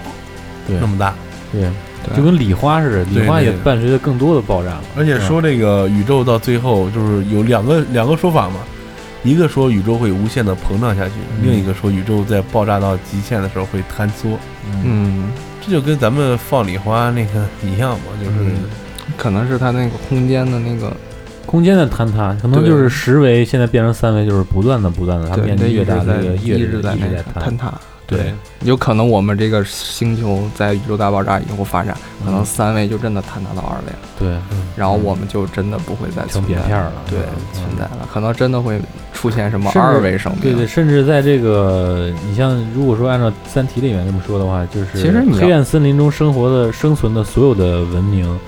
S6: 对
S4: 那么大。
S6: 对，
S5: 对
S6: 就跟礼花似的，礼花
S4: 对
S6: 也
S4: 对
S6: 伴随着更多的爆炸嘛。
S4: 而且说这个宇宙到最后就是有两个两个说法嘛，一个说宇宙会无限的膨胀下去，
S6: 嗯
S4: 另一个说宇宙在爆炸到极限的时候会坍缩。
S6: 嗯，
S5: 嗯，
S4: 这就跟咱们放礼花那个一样嘛，就是、
S6: 嗯
S5: 可能是它那个空间的那个
S6: 空间的坍塌，可能
S5: 对
S6: 就是十维现在变成三维，就是不断的不断的，它
S5: 对
S6: 面
S5: 它
S6: 积
S5: 一
S6: 越
S5: 直
S6: 大，
S5: 在
S6: 这个越
S5: 一直在那
S6: 一直
S5: 个
S6: 在
S5: 坍。塌。
S6: 对，
S5: 有可能我们这个星球在宇宙大爆炸以后发展，可能三维就真的坍塌到二维了，
S6: 对，
S5: 然后我们就真的不会再
S6: 成
S5: 存
S6: 扁
S5: 在
S6: 片儿了。
S5: 对，
S6: 嗯
S5: 存在了，可能真的会出现什么
S6: 甚至
S5: 二维生命。
S6: 对对，甚至在这个，你像如果说按照《三体》里面这么说的话，就是
S5: 其实你要
S6: 黑暗森林中生活的生存的所有的文明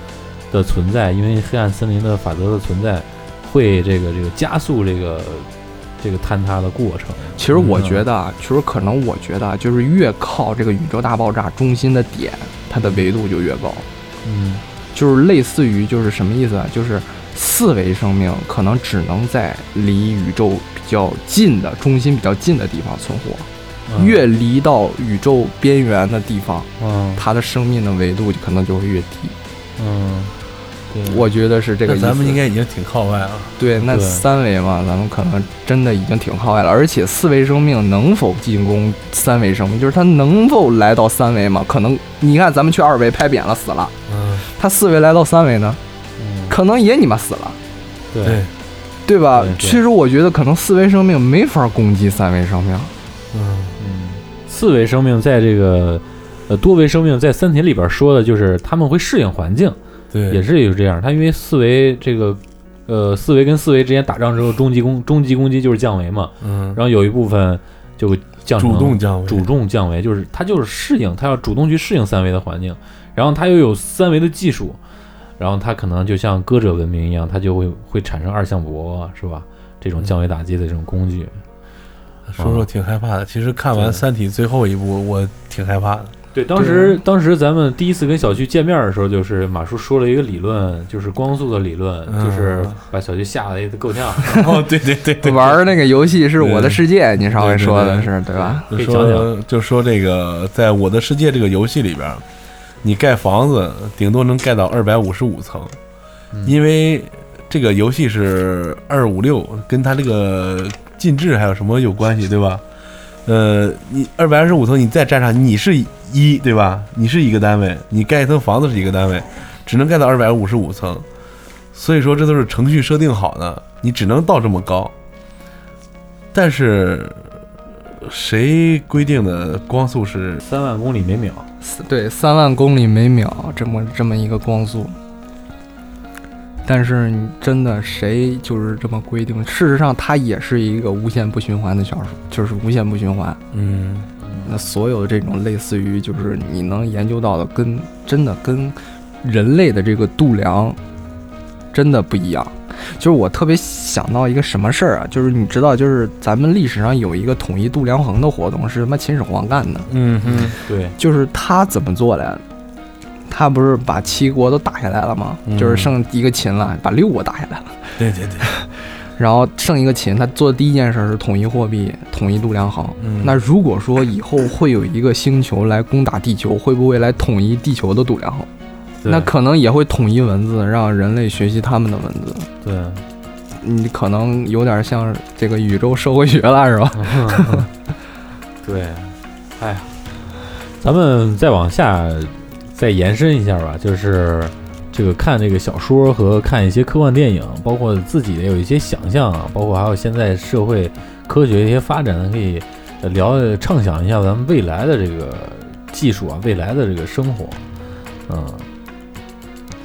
S6: 的存在，因为黑暗森林的法则的存在，会这个这个加速这个这个坍塌的过程。
S5: 其实我觉得
S6: 嗯
S5: 啊，其实可能我觉得啊，就是越靠这个宇宙大爆炸中心的点，它的维度就越高，
S6: 嗯，
S5: 就是类似于就是什么意思啊？就是四维生命可能只能在离宇宙比较近的中心比较近的地方存活，
S6: 嗯
S5: 越离到宇宙边缘的地方，
S6: 嗯
S5: 它的生命的维度可能就会越低。
S6: 嗯，对，
S5: 我觉得是这个
S4: 那
S5: 意思。
S4: 咱们应该已经挺靠外了。
S5: 对那
S6: 对
S5: 三维嘛，咱们可能真的已经挺靠外了。而且四维生命能否进攻三维生命，就是它能否来到三维嘛？可能你看咱们去二维拍扁了死了，
S4: 嗯，
S5: 它四维来到三维呢，
S6: 嗯
S5: 可能也你妈死了，
S6: 对
S4: 对，
S5: 对吧？
S6: 对对
S5: 其实我觉得可能四维生命没法攻击三维生命。
S4: 嗯，
S6: 嗯，四维生命在这个呃多维生命在《三体》里边说的就是他们会适应环境。
S4: 对，
S6: 也是有这样，它因为四维这个，呃，四维跟四维之间打仗之后，终极攻终极攻击就是降维嘛，
S4: 嗯，
S6: 然后有一部分就降成
S4: 主动降维，
S6: 主动降维，就是它就是适应，它要主动去适应三维的环境，然后它又有三维的技术，然后它可能就像歌者文明一样，它就会会产生二向箔啊，是吧？这种降维打击的这种工具，
S4: 说说挺害怕的。其实看完
S6: 对
S4: 《三体》最后一部，我挺害怕的。
S6: 对，当时当时咱们第一次跟小旭见面的时候，就是马叔说了一个理论，就是光速的理论，
S4: 嗯
S6: 就是把小旭吓得够呛。
S4: 哦，对对对对，
S5: 玩儿那个游戏是我的
S4: 对
S5: 世界，你上回
S4: 对对
S5: 说的
S4: 对
S5: 是对吧？
S4: 就
S6: 可以
S4: 说
S6: 讲讲
S4: 就说这个，在《我的世界》这个游戏里边儿，你盖房子顶多能盖到二百五十五层，
S6: 嗯
S4: 因为这个游戏是二五六，跟它这个进制还有什么有关系，对吧？呃，你二百二十五层，你再站上，你是一对吧？你是一个单位，你盖一层房子是一个单位，只能盖到二百五十五层，所以说这都是程序设定好的，你只能到这么高。但是谁规定的光速是？
S6: 三万公里每秒，
S5: 对，三万公里每秒这么这么一个光速。但是你真的谁就是这么规定？事实上，它也是一个无限不循环的小数，就是无限不循环。
S4: 嗯，
S5: 那所有的这种类似于就是你能研究到的跟真的跟人类的这个度量真的不一样。就是我特别想到一个什么事儿啊，就是你知道，就是咱们历史上有一个统一度量衡的活动是他妈秦始皇干的，
S4: 嗯哼，
S6: 对，
S5: 就是他怎么做的？他不是把七国都打下来了吗？
S6: 嗯
S5: 就是剩一个秦了，把六国打下来了，
S4: 对对对，
S5: 然后剩一个秦，他做的第一件事是统一货币、统一度量衡。
S4: 嗯
S5: 那如果说以后会有一个星球来攻打地球，会不会来统一地球的度量衡？
S6: 对
S5: 那可能也会统一文字，让人类学习他们的文字。
S6: 对，
S5: 你可能有点像这个宇宙社会学了，是吧？
S4: 嗯
S6: 对，哎呀，咱们再往下再延伸一下吧，就是这个看这个小说和看一些科幻电影，包括自己的有一些想象啊，包括还有现在社会科学一些发展，咱可以呃聊畅想一下咱们未来的这个技术啊，未来的这个生活，嗯。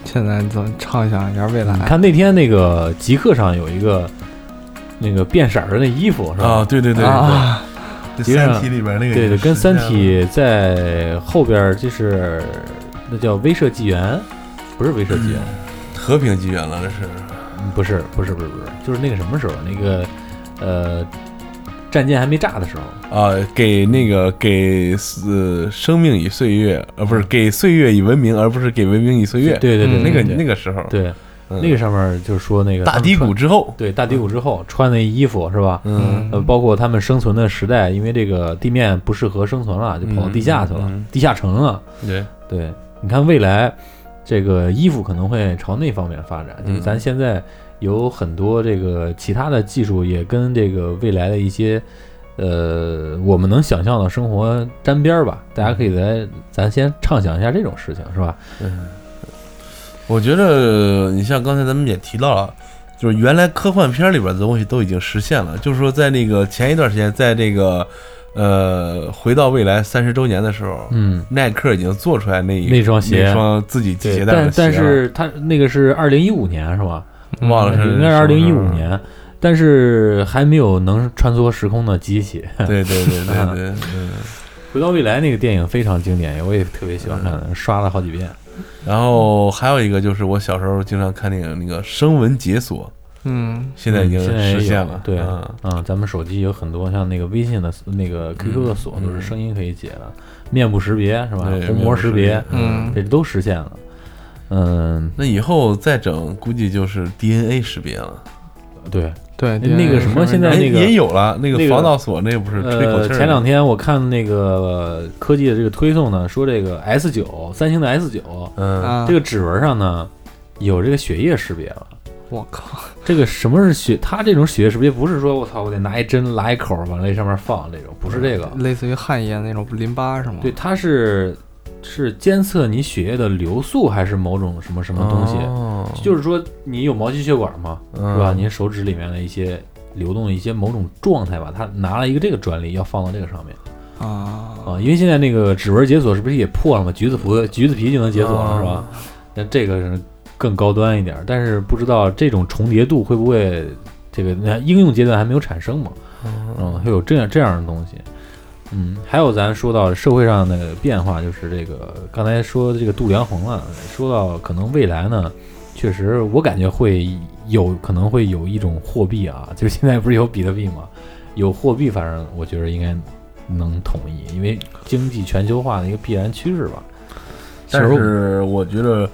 S5: 现在咱畅想一下未来
S4: 嗯
S6: 你。看那天那个极客上有一个那个变色儿的那衣服是吧？
S4: 啊，对对对对，
S5: 啊，
S4: 这
S6: 其实
S4: 三体里边那个
S6: 对
S4: 也
S6: 对，
S4: 是
S6: 跟《三
S4: 这样
S6: 体》在后边儿就是那叫威慑纪元，不是威慑纪元，
S4: 和平纪元了，这是
S6: 不是不是不是不是，就是那个什么时候那个呃战舰还没炸的时候，
S4: 啊，给那个给呃生命以岁月，呃，不是给岁月以文明，而不是给文明以岁月，嗯
S6: 对对对，
S4: 那个
S6: 对
S4: 那个时候，
S6: 对
S4: 嗯
S6: 那个上面就是说那个
S4: 大
S6: 他们
S4: 低谷
S6: 穿，
S4: 之后，
S6: 对大低谷之后穿的衣服是吧？
S4: 嗯，
S6: 呃，包括他们生存的时代，因为这个地面不适合生存了，就跑到地下去了，
S4: 嗯嗯嗯
S6: 地下城啊了。
S4: 对，
S6: 对，你看未来这个衣服可能会朝那方面发展，就是
S4: 嗯
S6: 咱现在有很多这个其他的技术也跟这个未来的一些呃我们能想象的生活沾边儿吧。大家可以来咱先畅想一下这种事情，是吧？
S4: 我觉得你像刚才咱们也提到了，就是原来科幻片里边的东西都已经实现了，就是说在那个前一段时间，在这个呃《回到未来》三十周年的时候，
S6: 嗯。
S4: 耐克已经做出来那一
S6: 那双鞋
S4: 那双自己
S6: 对
S4: 携，带
S6: 但
S4: 的鞋了，啊
S6: 但是它那个是二零一五年是吧？
S4: 忘了是
S6: 应该是二零一
S4: 什
S6: 五
S4: 么时候
S6: 年，但是还没有能穿梭时空的机器。
S4: 对对对对对，嗯。
S6: 回到未来那个电影非常经典，我也特别喜欢
S4: 嗯
S6: 看，刷了好几遍。
S4: 然后还有一个就是我小时候经常看那个那个声纹解锁，
S5: 嗯，
S4: 现在已经
S6: 嗯现在也有
S4: 实现了。
S6: 对
S4: 嗯
S6: 嗯，咱们手机有很多像那个微信的、那个 QQ 的锁
S4: 嗯
S6: 都是声音可以解的，面部识别是吧
S4: 对？
S6: 虹啊膜识别，
S5: 嗯
S6: 这都实现了。嗯，
S4: 那以后再整，估计就是 DNA 识别了。
S6: 对，
S5: 对，
S6: 那那个什么现在
S4: 哎，
S6: 那个
S4: 也有了，那
S6: 那
S4: 个
S6: 个
S4: 防盗锁，那不是吹口气
S6: 呃，
S4: 儿的。
S6: 前两天我看那个科技的这个推送呢，说这个 S 九，三星的 S 九，
S4: 嗯，
S5: 啊
S6: 这，个指纹上呢有这个血液识别了。
S5: 我靠，
S6: 这个什么是血？它这种血液识别不是说我操，我得拿一针拉一口儿往那上面放这种，不是这个。
S5: 类似于汗液那种淋巴是吗？
S6: 对，，它是是监测你血液的流速还是某种什么什么东西？
S4: 哦西
S6: 就是说你有毛细血管嘛，
S4: 是
S6: 是吧？你手指里面的一些流动的一些某种状态吧，它拿了一个这个专利要放到这个上面
S5: 啊，
S6: 啊，因为现在那个指纹解锁是不是也破了嘛？橘子葡橘子皮就能解锁了是吧？那这个是更高端一点儿，但是不知道这种重叠度会不会这个那应用阶段还没有产生嘛？嗯，会有这样这样的东西。嗯，还有咱说到社会上的变化，就是这个刚才说的这个度量衡啊，说到可能未来呢，确实我感觉会有可能会有一种货币啊，就是现在不是有比特币嘛，有货币，反正我觉得应该能统一，因为经济全球化的一个必然趋势吧。
S4: 但
S6: 其实
S4: 是我觉得，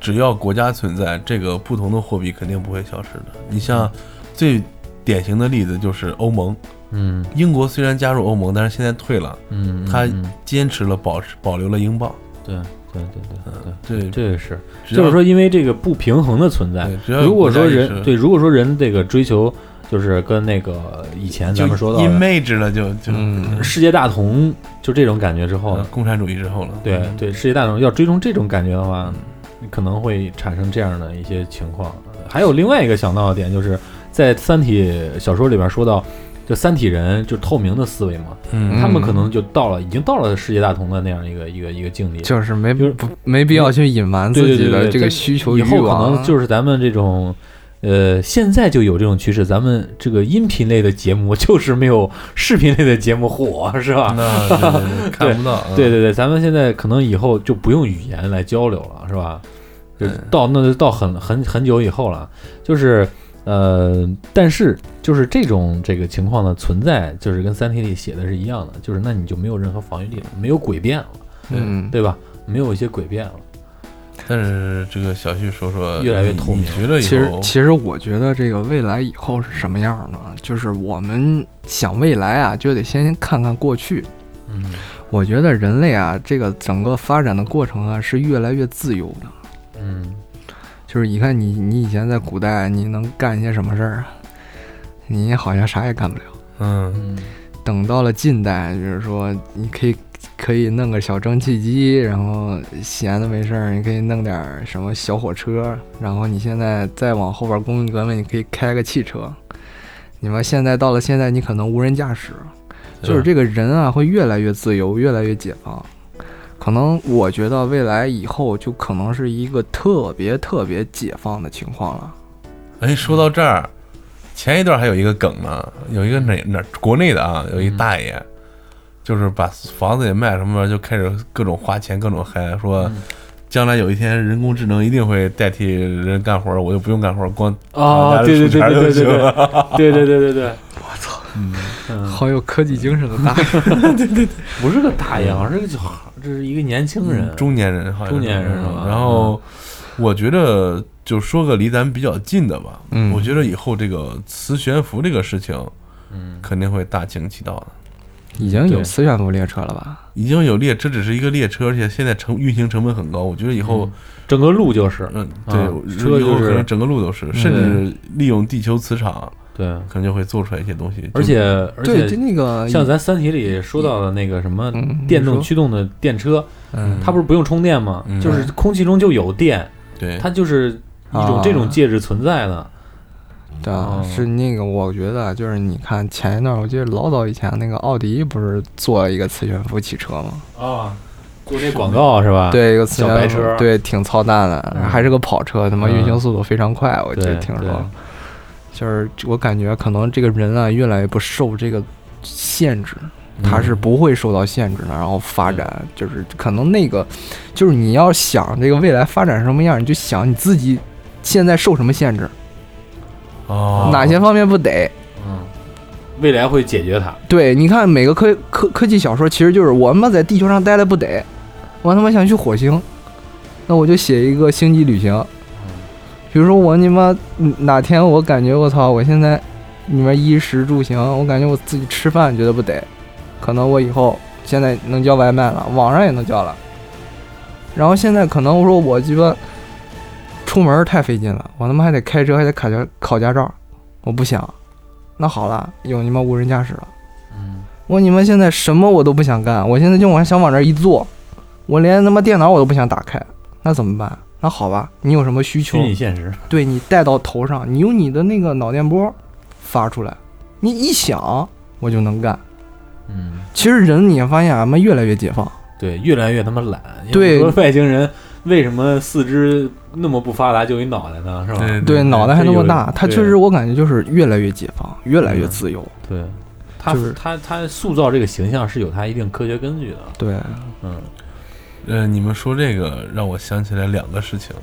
S4: 只要国家存在，这个不同的货币肯定不会消失的。你像最典型的例子就是欧盟，
S6: 嗯
S4: 英国虽然加入欧盟，但是现在退了，
S6: 嗯，嗯
S4: 它
S6: 嗯
S4: 坚持了保持保留了英镑。
S6: 对对对对
S4: 这
S6: 对，这个是，
S4: 只要
S6: 就是说，因为这个不平衡的存在
S4: 对只要，有
S6: 如果
S4: 国家
S6: 说
S4: 意
S6: 人
S4: 识
S6: 对，如果说人这个追求，就是跟那个以前咱们说到
S4: 就
S6: 的
S4: image 了，就就、
S5: 嗯
S6: 世界大同，就这种感觉之后
S4: 呃，共产主义之后了。
S6: 哦对对，世界大同要追踪这种感觉的话，
S4: 嗯
S6: 你可能会产生这样的一些情况。还有另外一个想到的点，就是在《三体》小说里边说到，就三体人就透明的思维嘛，
S4: 嗯
S6: 他们可能就到了，已经到了世界大同的那样一个一个一个境界。
S5: 就是没
S6: 就是
S5: 不没必要去隐瞒
S6: 对
S5: 自
S6: 对
S5: 己
S6: 对
S5: 的
S6: 对
S5: 这个
S6: 但
S5: 需求
S6: 以
S5: 欲
S6: 后可
S5: 望啊，
S6: 能就是咱们这种呃，现在就有这种趋势，咱们这个音频类的节目就是没有视频类的节目火，是吧？
S4: 嗯
S5: 嗯
S4: 那 是看不到啊。
S6: 对对对，咱们现在可能以后就不用语言来交流了，是吧？就是
S4: 嗯
S6: 到那就到很很很久以后了，就是呃，但是就是这种这个情况的存在，就是跟《三体》里写的是一样的，就是那你就没有任何防御力了，没有诡辩了，
S5: 嗯，
S6: 对吧？没有一些诡辩了，
S4: 但是这个小旭说说
S6: 越来越透明
S4: 你觉得以
S5: 其实
S4: 后
S5: 其实我觉得这个未来以后是什么样呢？就是我们想未来啊，就得先看看过去。
S6: 嗯
S5: 我觉得人类啊，这个整个发展的过程啊，是越来越自由的。
S6: 嗯，
S5: 就是你看你，你以前在古代，你能干一些什么事儿啊？你好像啥也干不了。
S4: 嗯
S5: 等到了近代，就是说你可以可以弄个小蒸汽机，然后闲的没事儿，你可以弄点儿什么小火车，然后你现在再往后边儿工业革命，你可以开个汽车。你们现在到了现在，你可能无人驾驶，就是这个人啊会越来越自由，越来越解放。可能我觉得未来以后就可能是一个特别特别解放的情况了。
S4: 哎，说到这儿，前一段还有一个梗呢，有一个哪哪国内的啊，
S6: 嗯
S4: 有一大爷，就是把房子也卖什么，就开始各种花钱，各种嗨，说。
S6: 嗯
S4: 将来有一天，人工智能一定会代替人干活，我就不用干活，光
S6: 哦，对对对对对对对
S4: 对，
S6: 对对对对对，我操，
S5: 好有科技精神的大爷，
S6: 不是个大爷，好像是个小孩儿，这是一个年轻人，
S4: 嗯中年人好像是嗯
S6: 嗯中年人是吧嗯
S4: 然后我觉得就说个离咱们比较近的吧，
S5: 嗯
S4: 我觉得以后这个磁悬浮这个事情
S6: 嗯
S4: 肯定会大行其道的。
S5: 已经有
S6: 对
S5: 磁悬浮列车了吧？
S4: 已经有列，这只是一个列车，而且现在成运行成本很高。我觉得以后，
S6: 嗯整个路就是，
S4: 嗯，
S6: 啊
S4: 对，
S6: 车
S4: 以后
S6: 就是嗯
S4: 可能整个路都是，甚至利用地球磁场，
S6: 对，
S4: 可能就会做出来一些东西。
S6: 而且而
S5: 对，就
S6: 且
S5: 那个
S6: 像咱《三体》里说到的那个什么
S5: 嗯
S6: 电动
S5: 你说
S6: 驱动的电车，
S5: 嗯
S6: 它不是不用充电吗
S4: 嗯？
S6: 就是空气中就有电，
S4: 就对，
S6: 它就是一种
S5: 啊
S6: 这种介质存在的。
S5: 对啊
S6: 哦，
S5: 是那个，我觉得就是你看前一段，我记得老早以前那个奥迪不是做了一个磁悬浮汽车吗？
S6: 啊，做那广告是吧？
S5: 对，一个磁
S6: 啊小白
S5: 悬浮
S6: 车
S5: 对，挺操蛋的，
S6: 嗯
S5: 还是个跑车，他妈
S6: 嗯
S5: 运行速度非常快，我记得
S6: 对，
S5: 听
S6: 对
S5: 说。就是我感觉可能这个人啊，越来越不受这个限制，
S6: 嗯
S5: 他是不会受到限制的，然后发展就是可能那个，就是你要想这个未来发展什么样，你就想你自己现在受什么限制，
S4: 哦，
S5: 哪些方面不得。
S6: 嗯，未来会解决它。
S5: 对，你看每个科科科技小说，其实就是我他妈在地球上待了不得，我他妈想去火星，那我就写一个星际旅行。比如说我你妈嗯哪天我感觉我操，我现在你妈衣食住行，我感觉我自己吃饭觉得不得，可能我以后现在能叫外卖了，网上也能叫了。然后现在可能我说我鸡巴出门太费劲了，我他妈还得开车，还得考驾考驾照，我不想。那好了，有你妈无人驾驶了。
S6: 嗯，
S5: 我你们现在什么我都不想干，我现在就往想往这儿一坐，我连他妈电脑我都不想打开，那怎么办？那好吧，你有什么需求
S6: 虚，拟现实。
S5: 对你带到头上，你用你的那个脑电波发出来，你一想我就能干。
S6: 嗯，
S5: 其实人你也发现俺们越来越解放，
S6: 对，越来越他妈懒。
S5: 对
S6: 要不说外星人为什么四肢那么不发达，就一脑袋呢？是吧？
S4: 对
S5: 对，脑袋还那么大，他
S6: 对
S5: 确实我感觉就是越来越解放，越来越自由。
S6: 对，他
S5: 就是
S6: 他他塑造这个形象是有他一定科学根据的。
S5: 对，
S6: 嗯
S4: 呃，你们说这个让我想起来两个事情。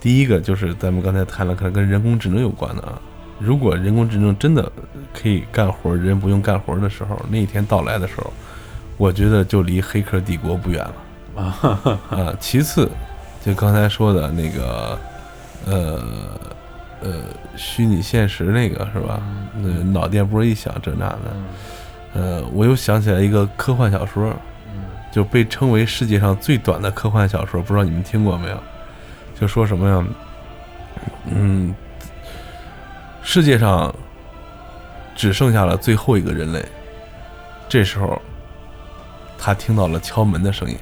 S4: 第一个就是咱们刚才谈了，可能跟人工智能有关的啊。如果人工智能真的可以干活，人不用干活的时候，那一天到来的时候，我觉得就离黑客帝国不远了。
S6: 啊哈哈，
S4: 啊，其次，就刚才说的那个，呃呃，虚拟现实那个是吧？
S6: 嗯
S4: 那脑电波一响，这那的。呃，我又想起来一个科幻小说，
S6: 嗯
S4: 就被称为世界上最短的科幻小说，不知道你们听过没有？就说什么呀？嗯，世界上只剩下了最后一个人类。这时候，他听到了敲门的声音。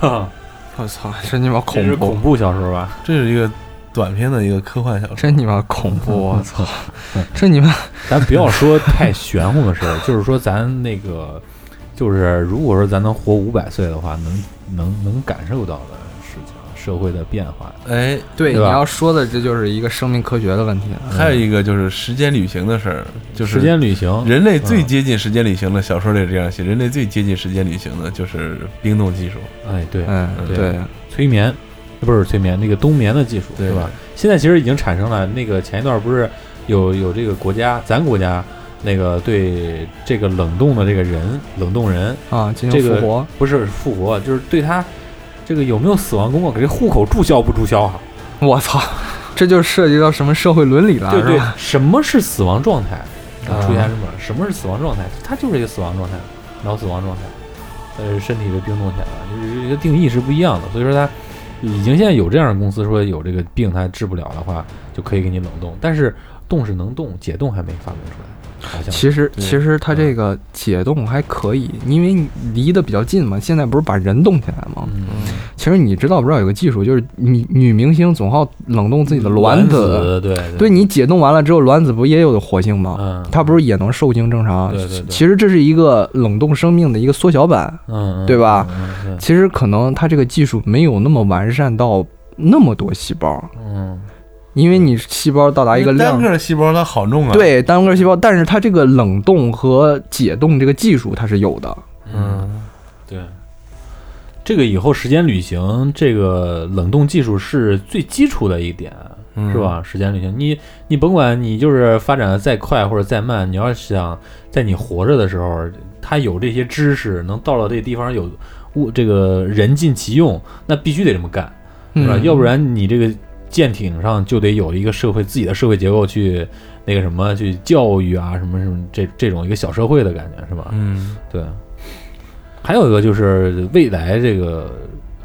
S6: 哈
S5: 我操， 真你妈
S6: 这
S5: 恐
S6: 是
S5: 怖
S6: 恐，怖小说吧？
S4: 这是一个短篇的一个科幻小说。
S5: 真你妈恐怖，我操， 这你妈
S6: 咱不要说太玄乎的事儿，就是说咱那个，就是如果说咱能活五百岁的话，能能能感受到的事情，社会的变化。
S4: 哎，
S5: 对，
S6: 对
S5: 你
S6: 吧
S5: 要说的这就是一个生命科学的问题了。
S4: 还有一个就是时间旅行的事儿，就是
S6: 时间旅行，
S4: 人类最接近时间旅行的小说里这样写，人类最接近时间旅行的就是冰冻技术，
S6: 哎，对，
S5: 嗯，
S4: 嗯
S5: 对，
S6: 催眠，呃不是催眠，那个冬眠的技术
S4: 对
S6: 是吧？现在其实已经产生了。那个前一段不是有有这个国家，咱国家那个对这个冷冻的这个人，冷冻人
S5: 啊，进
S6: 这
S5: 行
S6: 个
S5: 复活，
S6: 不是复活，就是对他这个有没有死亡公告，给这户口注销不注销啊？
S5: 我操，这就涉及到什么社会伦理了，
S6: 对
S5: 啊是
S6: 对
S5: 吧？，
S6: 什么是死亡状态？
S5: 啊
S6: 出现什么？什么是死亡状态？它就是一个死亡状态，脑死亡状态，呃，身体被冰冻起来了，就是这个定义是不一样的。所以说它已经现在有这样的公司说有这个病它治不了的话，就可以给你冷冻，但是冻是能冻，解冻还没发明出来，好像
S5: 其实
S4: 对
S5: 其实它这个解冻还可以，因为你离得比较近嘛。现在不是把人冻起来吗？
S6: 嗯，
S5: 其实你知道不知道有个技术，就是女女明星总好冷冻自己的卵子，
S6: 嗯子，对
S5: 对你解冻完了之后，卵子不也有活性吗？
S6: 嗯，
S5: 它不是也能受精正常
S6: 对对？对
S5: 其实这是一个冷冻生命的一个缩小版。
S6: 嗯，嗯
S5: 对吧？
S6: 嗯嗯
S5: 其实可能它这个技术没有那么完善到那么多细胞，
S6: 嗯，
S5: 因为你细胞到达一个
S4: 单
S5: 量，
S4: 个细胞它好弄啊，，
S5: 对单个细胞，但是它这个冷冻和解冻这个技术它是有的。
S4: 嗯，
S6: 对，这个以后时间旅行这个冷冻技术是最基础的一点，
S4: 嗯
S6: 是？吧？时间旅行，你你甭管你就是发展的再快或者再慢，你要想在你活着的时候，他有这些知识，能到了这地方有物这个人尽其用，那必须得这么干，是吧？
S5: 嗯
S6: 要不然你这个舰艇上就得有一个社会自己的社会结构去那个什么去教育啊，什么什么这这种一个小社会的感觉，是吧？
S4: 嗯，
S6: 对，啊还有一个就是未来这个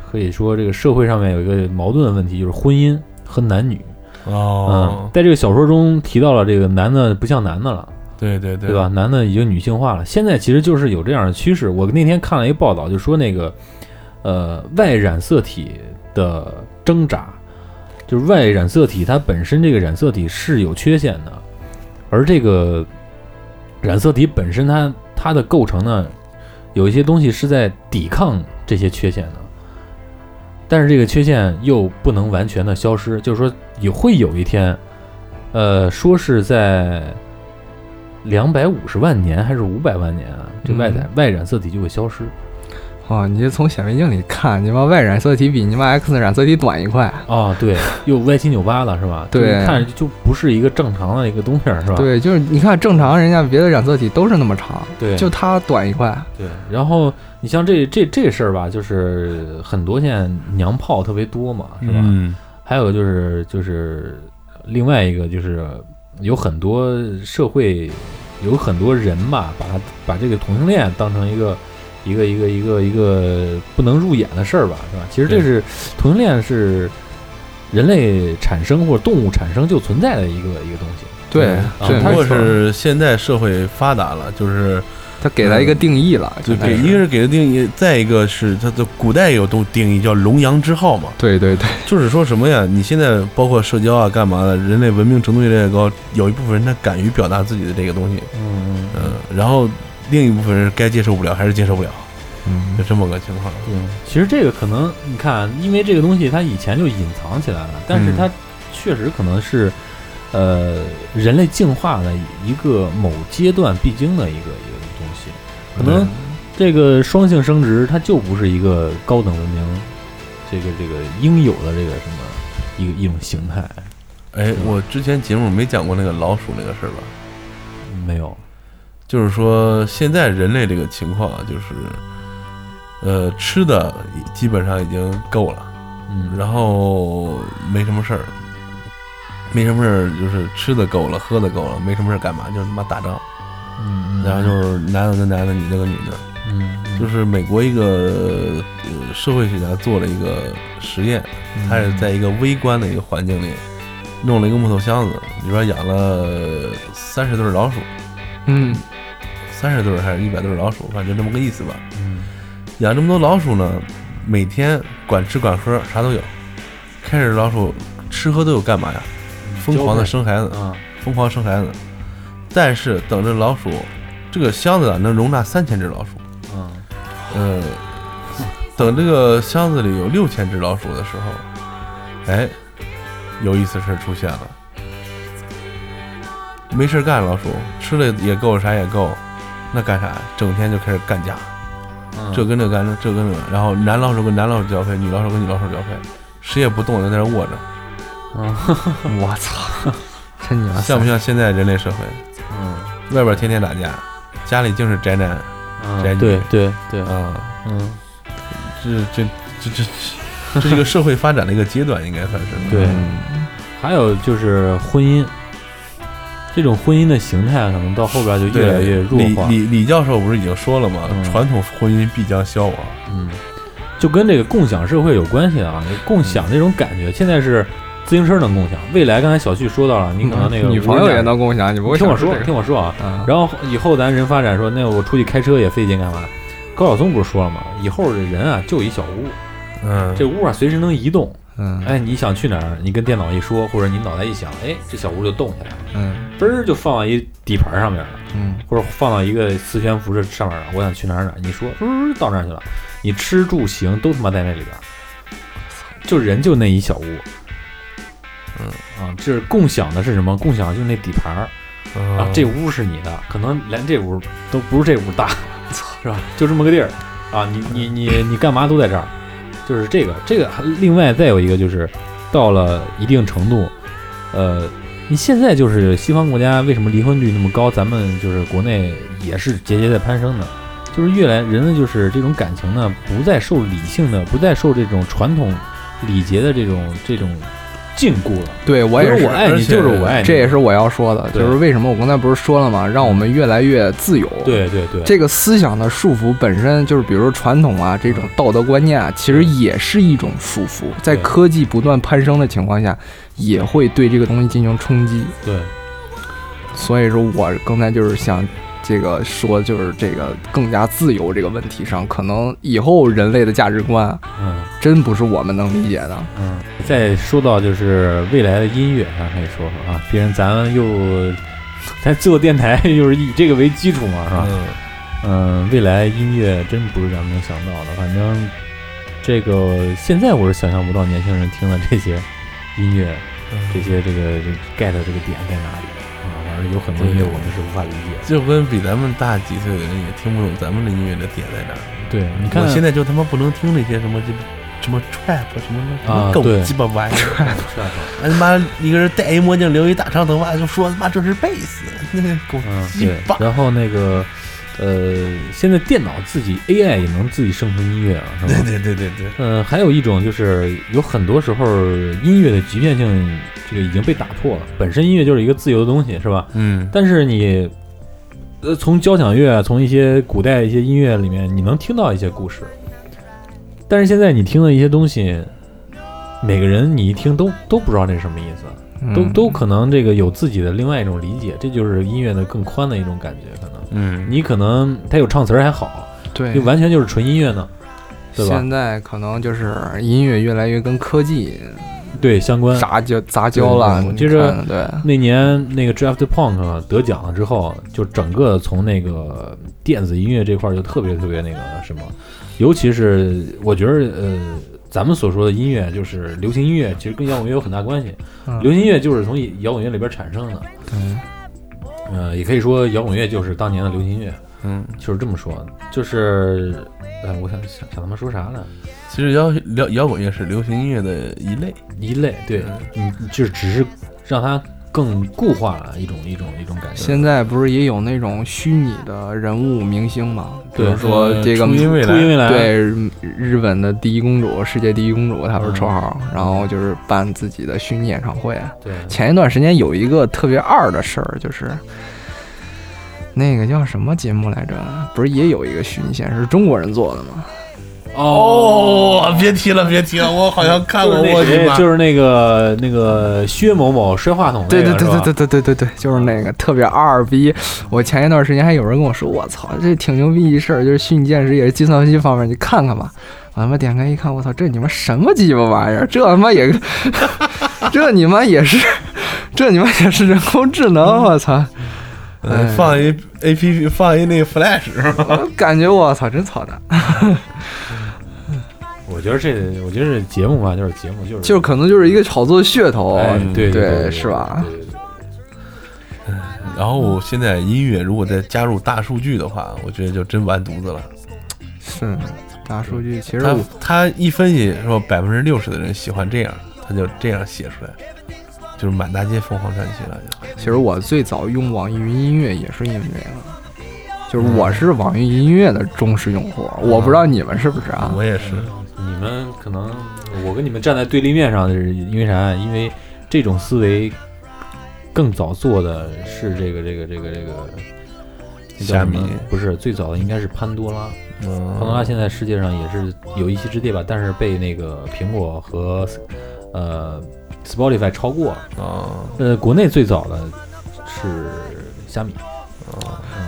S6: 可以说这个社会上面有一个矛盾的问题，就是婚姻和男女。嗯
S4: 哦，，
S6: 在这个小说中提到了这个男的不像男的了，
S5: 嗯
S4: 对对对
S6: 对？吧？男的已经女性化了。现在其实就是有这样的趋势。我那天看了一个报道，就说那个呃外染色体的挣扎，就是外染色体它本身这个染色体是有缺陷的，而这个染色体本身它它的构成呢，有一些东西是在抵抗这些缺陷的。但是这个缺陷又不能完全的消失，就是说也会有一天，呃，说是在两百五十万年还是五百万年啊，这外染、外染色体就会消失
S5: 哦，你就从显微镜里看，你妈 Y 染色体比你妈 X 染色体短一块。
S6: 啊，对，又歪七扭八了是吧？
S5: 对
S6: 就是看着就不是一个正常的一个东西儿是吧？
S5: 对，就是你看正常人家别的染色体都是那么长，
S6: 对，
S5: 就它短一块。
S6: 对。然后你像这这这事儿吧，就是很多现在娘炮特别多嘛，是吧？
S4: 嗯，
S6: 还有就是就是另外一个就是有很多社会有很多人吧，把他把这个同性恋当成一个一个一个一个一个不能入眼的事儿吧，是吧？其实这
S4: 对
S6: 是同性恋是人类产生或者动物产生就存在的一个一个东西。
S5: 对
S4: 嗯，
S5: 对，
S4: 只不过
S5: 没错
S4: 是现在社会发达了，就是
S5: 它给它一个定义了，
S4: 就
S5: 现在
S4: 给
S5: 是
S4: 一个是给的定义，再一个是它的古代有东定义叫龙阳之好嘛，
S5: 对对对，
S4: 就是说什么呀？你现在包括社交啊，干嘛的？人类文明程度越来越高，有一部分人他敢于表达自己的这个东西，
S6: 嗯
S4: 嗯，然后另一部分人该接受不了还是接受不了，
S5: 嗯
S4: 就这么个情况。
S6: 对，其实这个可能你看，因为这个东西它以前就隐藏起来了，但是它确实可能是，呃，人类进化的一个某阶段必经的一个一个东西。可能这个双性生殖它就不是一个高等文明，这个这个应有的这个什么一个一种形态，
S4: 哎，我之前节目没讲过那个老鼠那个事儿吧？
S6: 没有。
S4: 就是说现在人类这个情况啊，就是，呃，吃的基本上已经够了。
S6: 嗯，
S4: 然后没什么事儿，没什么事儿，就是吃的够了，喝的够了，没什么事儿干嘛？就是他妈打仗，
S6: 嗯，嗯
S4: 然后就是男的跟男的，女的跟女的，
S6: 嗯，嗯
S4: 就是美国一个呃社会学家做了一个实验，他是在一个微观的一个环境里，弄了一个木头箱子，里边养了三十对儿老鼠，
S5: 嗯
S4: 三十对儿还是一百对儿老鼠，反正就这么个意思吧。
S6: 嗯
S4: 养这么多老鼠呢，每天管吃管喝啥都有。开始老鼠吃喝都有干嘛呀？疯狂的生孩子，
S6: 啊，
S4: 疯狂生孩子。但是等着老鼠，这个箱子啊能容纳三千只老鼠。
S6: 嗯
S4: 呃，等这个箱子里有六千只老鼠的时候，哎，有意思事儿出现了。没事儿干，老鼠吃的也够，啥也够，那干啥呀？整天就开始干架，
S6: 嗯
S4: 这跟这干，这跟这，然后男老鼠跟男老鼠交配，女老鼠跟女老鼠交配，谁也不动，就在那儿卧着，
S5: 我操，真你妈
S4: 像不像现在人类社会？
S6: 嗯
S4: 外边天天打架，家里净是宅男啊、宅
S6: 嗯，
S4: 女
S6: 对对对，嗯，
S4: 这这这这这这是一个社会发展的一个阶段，应该算是
S6: 对
S5: 嗯
S6: 还有就是婚姻，这种婚姻的形态可能到后边就
S4: 对
S6: 越来越弱化。
S4: 李李李教授不是已经说了吗？
S6: 嗯
S4: 传统婚姻必将消亡。
S6: 嗯，就跟这个共享社会有关系啊，就共享这种感觉，现在是自行车能共享，未来刚才小旭说到了，你可能那个
S5: 嗯女朋
S6: 无
S5: 友
S6: 人
S5: 也
S6: 驾
S5: 能共享，你不会
S6: 听我
S5: 想
S6: 说
S5: 这，个
S6: 听我说啊，
S5: 啊，
S6: 然后以后咱人发展说，那我出去开车也费劲干嘛？高晓松不是说了吗？以后这人啊就一小屋，
S4: 嗯，
S6: 这屋啊随时能移动。
S5: 嗯
S6: 哎，你想去哪儿，你跟电脑一说，或者你脑袋一想，哎，这小屋就动起来了，
S5: 嗯
S6: 嘣儿就放到一底盘上面了。
S5: 嗯
S6: 或者放到一个磁悬浮这上面了，我想去哪儿哪儿，你说，嗯，到那儿去了，你吃住行都他妈在那里边儿，就人就那一小屋，
S4: 嗯
S6: 啊，就是共享的是什么？共享的就是那底盘儿啊
S4: 啊，
S6: 这屋是你的，可能连这屋都不是这屋大，是吧？就这么个地儿啊，你你你你干嘛都在这儿，就是这个这个还。另外再有一个就是，到了一定程度，呃，你现在就是西方国家为什么离婚率那么高，咱们就是国内也是节节在攀升的，就是越来人的就是这种感情呢，不再受理性的，不再受这种传统礼节的这种这种禁锢了。
S5: 对我也
S6: 就是是我爱
S4: 而
S6: 你，
S4: 且
S6: 就是我爱你，
S5: 这也是我要说的，
S6: 对嗯
S5: 就是为什么我刚才不是说了吗？让我们越来越自由。，
S6: 对对对，
S5: 这个思想的束缚本身就是，比如说传统啊，这种道德观念啊，其实也是一种束缚。在
S6: 对
S5: 科技不断攀升的情况下，也会对这个东西进行冲击。
S6: 对
S5: 所以说我刚才就是想。这个说就是这个更加自由这个问题上，可能以后人类的价值观
S6: 嗯。
S5: 真不是我们能理解的。
S6: 嗯，再说到就是未来的音乐，咱可以说说啊，毕竟咱又咱做电台就是以这个为基础嘛，是吧？
S4: 嗯，
S6: 嗯，未来音乐真不是咱们能想到的，反正这个现在我是想象不到年轻人听的这些音乐，
S4: 嗯
S6: 这些这个这个 get 这个点在哪里啊？反正有很多音乐我们是无法理解。
S4: 就跟比咱们大几岁的人也听不懂咱们的音乐的点在哪儿。
S6: 对，你看
S4: 我现在就他妈不能听那些什么这什么 trap 什么什么
S6: 啊
S4: 狗
S6: 对
S4: 鸡巴玩意儿，
S6: 是吧
S4: 哎他妈一个人戴一墨镜，留一大长头发，就说他妈这是贝斯，那个狗
S6: 嗯，
S4: 鸡
S6: 对
S4: 巴。。
S6: 然后那个呃，现在电脑自己 AI 也能自己生成音乐了，是吧？
S4: 对对对对对，
S6: 嗯，还有一种就是有很多时候音乐的局限性这个已经被打破了。本身音乐就是一个自由的东西，是吧？
S4: 嗯，
S6: 但是你，呃，从交响乐啊，从一些古代一些音乐里面，你能听到一些故事。但是现在你听的一些东西，每个人你一听都都不知道这是什么意思，都
S5: 嗯
S6: 都可能这个有自己的另外一种理解，这就是音乐的更宽的一种感觉。可能
S4: 嗯，
S6: 你可能它有唱词儿还好，
S5: 对
S6: 就完全就是纯音乐呢，对吧
S5: 现在可能就是音乐越来越跟科技
S6: 对，相关
S5: 杂交杂交了，
S6: 对对
S5: 你
S6: 就是
S5: 看对，
S6: 那年那个 Draft Punk 啊得奖了之后，就整个从那个电子音乐这块儿就特别特别那个什么，尤其是我觉得呃，咱们所说的音乐就是流行音乐，其实跟摇滚乐有很大关系。
S5: 嗯
S6: 流行音乐就是从摇滚乐里边产生的，
S5: 嗯
S6: 呃，也可以说摇滚乐就是当年的流行音乐，
S4: 嗯，
S6: 就是这么说。就是，呃，我想想想他妈说啥呢？
S4: 其实摇摇摇滚乐是流行音乐的一类。
S6: 一类，对
S5: 嗯
S6: 你你就只是让它更固化了一种一种一种感觉。
S5: 现在不是也有那种虚拟的人物明星嘛？比
S6: 对呃
S5: 如说这个
S4: 呃初音未
S6: 初音未
S4: 来，
S6: 来，
S5: 对日日本的第一公主，世界第一公主，她不是绰号，
S4: 嗯
S5: 然后就是办自己的虚拟演唱会。
S6: 对，
S5: 前一段时间有一个特别二的事儿，就是那个叫什么节目来着？不是也有一个虚拟现实，是中国人做的吗？
S4: 哦，别提了，别提了，我好像看
S6: 就
S4: 过，
S6: 是那
S4: 我的
S6: 谁
S4: 妈！
S6: 就是那个那个薛某某摔话筒那
S5: 对
S6: 个
S5: 对对
S6: 是吧
S5: 对对对对对对，就是那个特别二逼。我前一段时间还有人跟我说，我操，这挺牛逼一事儿，就是虚拟现实也是计算机方面，你看看吧。我他妈点开一看，我操，这你妈什么鸡巴玩意儿？这他妈也，这你妈也是，这你妈也是人工智能，我操！
S4: 嗯
S5: 哎
S4: 放一 A P P，放一那个 Flash，
S5: 我感觉我操，真操蛋。
S6: 觉得这，我觉得这节目嘛，就是节目，就是
S5: 就是可能就是一个炒作噱头，
S6: 哎，对
S5: 对
S6: 对，
S5: 是吧？
S6: 对对对
S4: 然后现在音乐如果再加入大数据的话，我觉得就真完犊子了。
S5: 是大数据，其实
S4: 他
S5: 我
S4: 他一分析说百分之六十的人喜欢这样，他就这样写出来，就是满大街凤凰传奇了。就
S5: 其实我最早用网易云音乐也是因为这个，就是我是网易云音乐的忠实用户，我不知道你们是不是啊？
S4: 我也是，
S6: 你们可能我跟你们站在对立面上，是因为啥？因为这种思维更早做的是这个这个这个这个那叫
S4: 虾
S6: 什么
S4: 米
S6: 不是最早的应该是潘多拉。
S4: 嗯，
S6: 潘多拉现在世界上也是有一席之地吧，但是被那个苹果和呃 Spotify 超过了。
S4: 啊，
S6: 呃，国内最早的是虾米，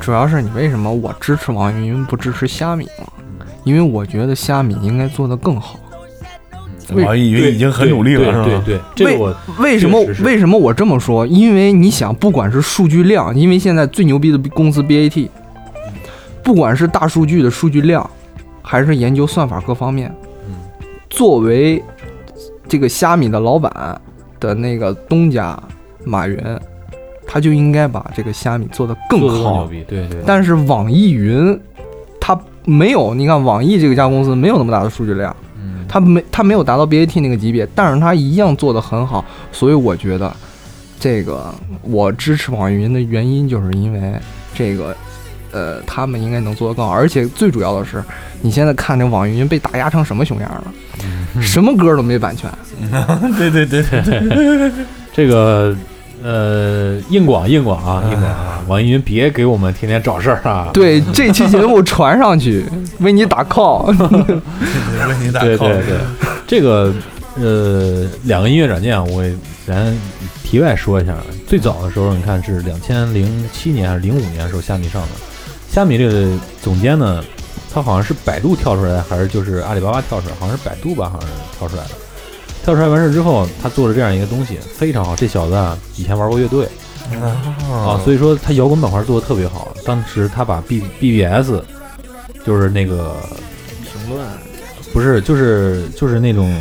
S5: 主要是你为什么我支持网易云不支持虾米嘛？因为我觉得虾米应该做得更好。为
S4: 网易云已经很努力了，
S6: 对
S4: 是
S6: 对
S4: 吧？
S6: 对，这
S5: 为
S6: 个我
S5: 为什么
S6: 确实是
S5: 为什么我这么说？因为你想，不管是数据量，因为现在最牛逼的公司 BAT，不
S6: 嗯
S5: 管是大数据的数据量，还是研究算法各方面，
S6: 嗯
S5: 作为这个虾米的老板的那个东家马云，他就应该把这个虾米做得更
S6: 做的牛
S5: 好。
S6: 逼，对对。
S5: 但是网易云，它没有，你看网易这个家公司没有那么大的数据量。
S6: 嗯
S5: 它没它没有达到 BAT 那个级别，但是它一样做得很好，所以我觉得这个我支持网易云的原因就是因为这个。呃，他们应该能做得更好，而且最主要的是，你现在看这网易云被打压成什么熊样了，
S6: 嗯
S5: 什么歌都没版权，
S4: 对对对对，
S6: 这个呃，硬广硬广
S4: 哎
S6: 啊，硬广啊，网易云别给我们天天找事儿啊！
S5: 对这期节目传上去，为你打 call，
S4: 为你打
S6: 对
S4: call
S6: 对 对，这个呃，两个音乐软件啊，我也咱题外说一下，啊最早的时候你看是两千零七年还是零五年的时候虾米上的，虾米这个总监呢，他好像是百度跳出来的，还是就是阿里巴巴跳出来，好像是百度吧，好像是跳出来的。跳出来完事之后，他做了这样一个东西，非常好。这小子啊，以前玩过乐队，啊，
S4: 啊
S6: 所以说他摇滚板块做的特别好。当时他把 B BBS，就是那个
S5: 评论
S6: 不是就是就是那种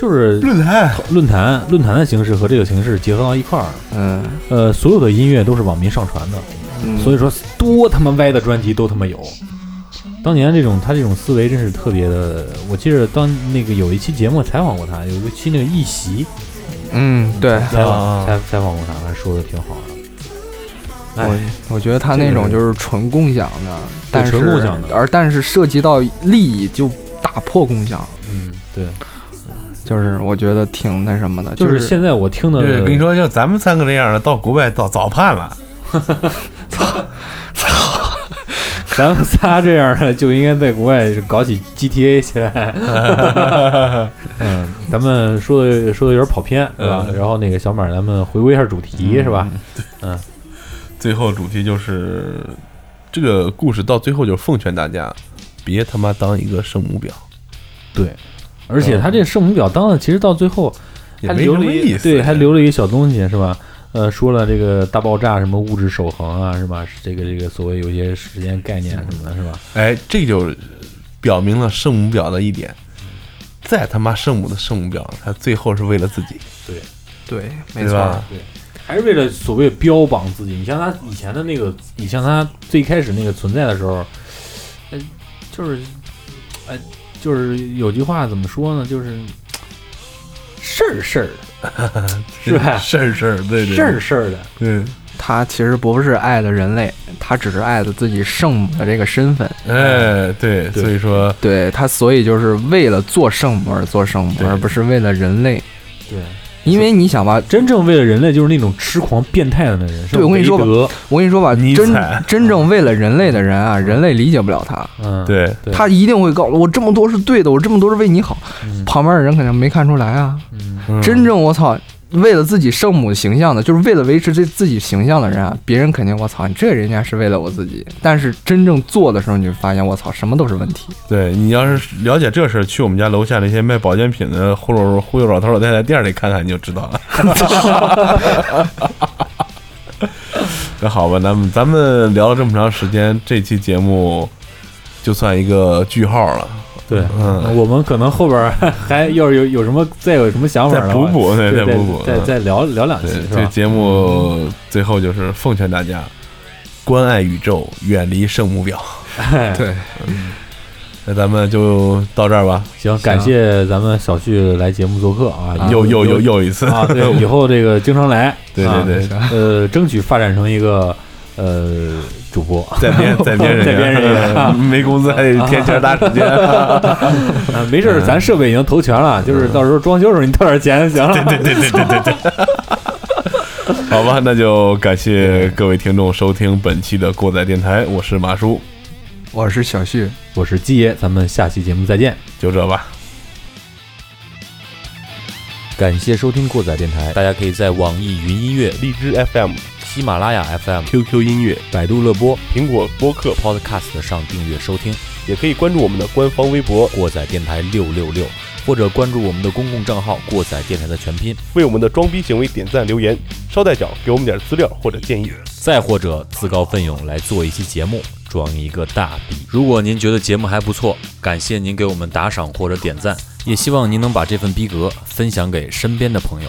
S6: 就是
S4: 论坛
S6: 论坛论坛的形式和这个形式结合到一块儿，
S5: 嗯，
S6: 呃，所有的音乐都是网民上传的，
S5: 嗯
S6: 所以说多他妈歪的专辑都他妈有。当年这种他这种思维真是特别的，我记得当那个有一期节目采访过他，有一期那个一席
S5: 嗯，对，
S6: 采
S4: 啊
S6: 访采采访过他，还说的挺好的。哎，
S5: 我我觉得他那种就是纯共享的，但是
S6: 纯共享的
S5: 而但是涉及到利益就打破共享，
S6: 嗯，对，
S5: 就是我觉得挺那什么的，
S6: 就是是现在我听的，
S4: 对，跟你说，像咱们三个这样的，到国外早早判了。
S6: 咱们仨这样的就应该在国外搞起 GTA 起来。 嗯，咱们说的说的有点跑偏，是吧？然后那个小马，咱们回归一下主题，是吧？
S4: 最后主题就是这个故事到最后就是奉劝大家，别他妈当一个圣母婊，
S6: 对。而且他这圣母表当的，其实到最后
S4: 也
S6: 还
S4: 没
S6: 留
S4: 什
S6: 了
S4: 么
S6: 一
S4: 意思。
S6: 对，还留了一个小东西，是吧？呃，说了这个大爆炸，什么物质守恒啊，是吧？这个这个所谓有些时间概念啊什么的，是吧？
S4: 哎，这就表明了圣母婊的一点，再他妈圣母的圣母婊，她最后是为了自己，
S5: 对，没
S4: 对
S5: 错，
S4: 吧？
S6: 还是为了所谓标榜自己。你像他以前的那个，你像他最开始那个存在的时候，呃，就是，呃，就是有句话怎么说呢？就是事儿事儿 的，是吧
S4: 事儿事儿，对对
S6: 事儿事儿的，
S4: 对，哎
S5: 他其实不是爱的人类，他只是爱的自己圣母的这个身份，
S4: 哎，对，
S6: 嗯对
S4: 所以说，
S5: 对他，所以就是为了做圣母而做圣母，
S4: 对
S5: 而不是为了人类，
S6: 对。
S5: 因为你想吧，
S6: 真正为了人类，就是那种痴狂变态的那人。
S5: 对我跟你说吧
S6: 吧，
S5: 我跟你说吧，
S4: 尼
S5: 真
S4: 采
S5: 真正为了人类的人啊，人类理解不了他。
S6: 嗯，，
S4: 对，
S6: 对
S5: 他一定会告诉我，我这么多是对的，我这么多是为你好。
S6: 嗯
S5: 旁边的人可能没看出来啊，
S6: 嗯
S4: 嗯
S5: 真正我操，为了自己圣母形象的，就是为了维持这自己形象的人啊，别人肯定我操，你这人家是为了我自己。但是真正做的时候，你就发现我操，什么都是问题。
S4: 对你要是了解这事儿，去我们家楼下那些卖保健品的忽悠忽悠老头老太太店儿里看看，你就知道了。 那好吧，咱们咱们聊了这么长时间，这期节目就算一个句号了。
S6: 对，
S4: 嗯，
S6: 我们可能后边儿 还要是有有什么再有什么想法
S4: 再
S6: 的
S4: 补
S6: 话，
S4: 补，对，
S6: 对
S4: 再
S6: 再
S4: 补补，
S6: 再
S4: 嗯
S6: 再聊聊两期
S4: 对，
S6: 是
S4: 这
S6: 吧？
S4: 节目最后就是奉劝大家，关爱宇宙，远离圣母婊。嗯
S6: 哎
S5: 对，
S4: 那咱们就到这儿吧，
S6: 行，感谢咱们小旭来节目做客啊，
S4: 又又
S6: 有
S4: 又
S6: 有
S4: 又一次，
S6: 啊，对，以后这个经常来，
S4: 对
S6: 啊
S4: 对对，
S6: 呃，争取发展成一个呃主播，
S4: 再 编再编人
S6: 再
S4: 家，
S6: 编人 家
S4: 没工资还得天天打时间，
S6: 啊，没
S4: 嗯
S6: 事儿，咱设备已经投全了，就是到时候装修的时候你掏点钱就行了。
S4: 对对对对对对。 好吧，那就感谢各位听众收听本期的过载电台，我是马叔，
S5: 我是小旭。
S6: 我是鸡爷，咱们下期节目再见。
S4: 就这吧，
S6: 感谢收听过载电台，大家可以在网易云音乐、
S7: 荔枝 FM、
S6: 喜马拉雅 FM、
S7: QQ 音乐、
S6: 百度乐播、
S7: 苹果播客，
S6: Podcast 上订阅收听
S7: 也可以关注我们的官方微博，
S6: 过载电台六六六，或者关注我们的公共账号“过载电台”的全拼，
S7: 为我们的装逼行为点赞留言。捎带脚给我们点资料或者建议。
S6: 再或者自告奋勇来做一期节目，装一个大逼。如果您觉得节目还不错，感谢您给我们打赏或者点赞，也希望您能把这份逼格分享给身边的朋友。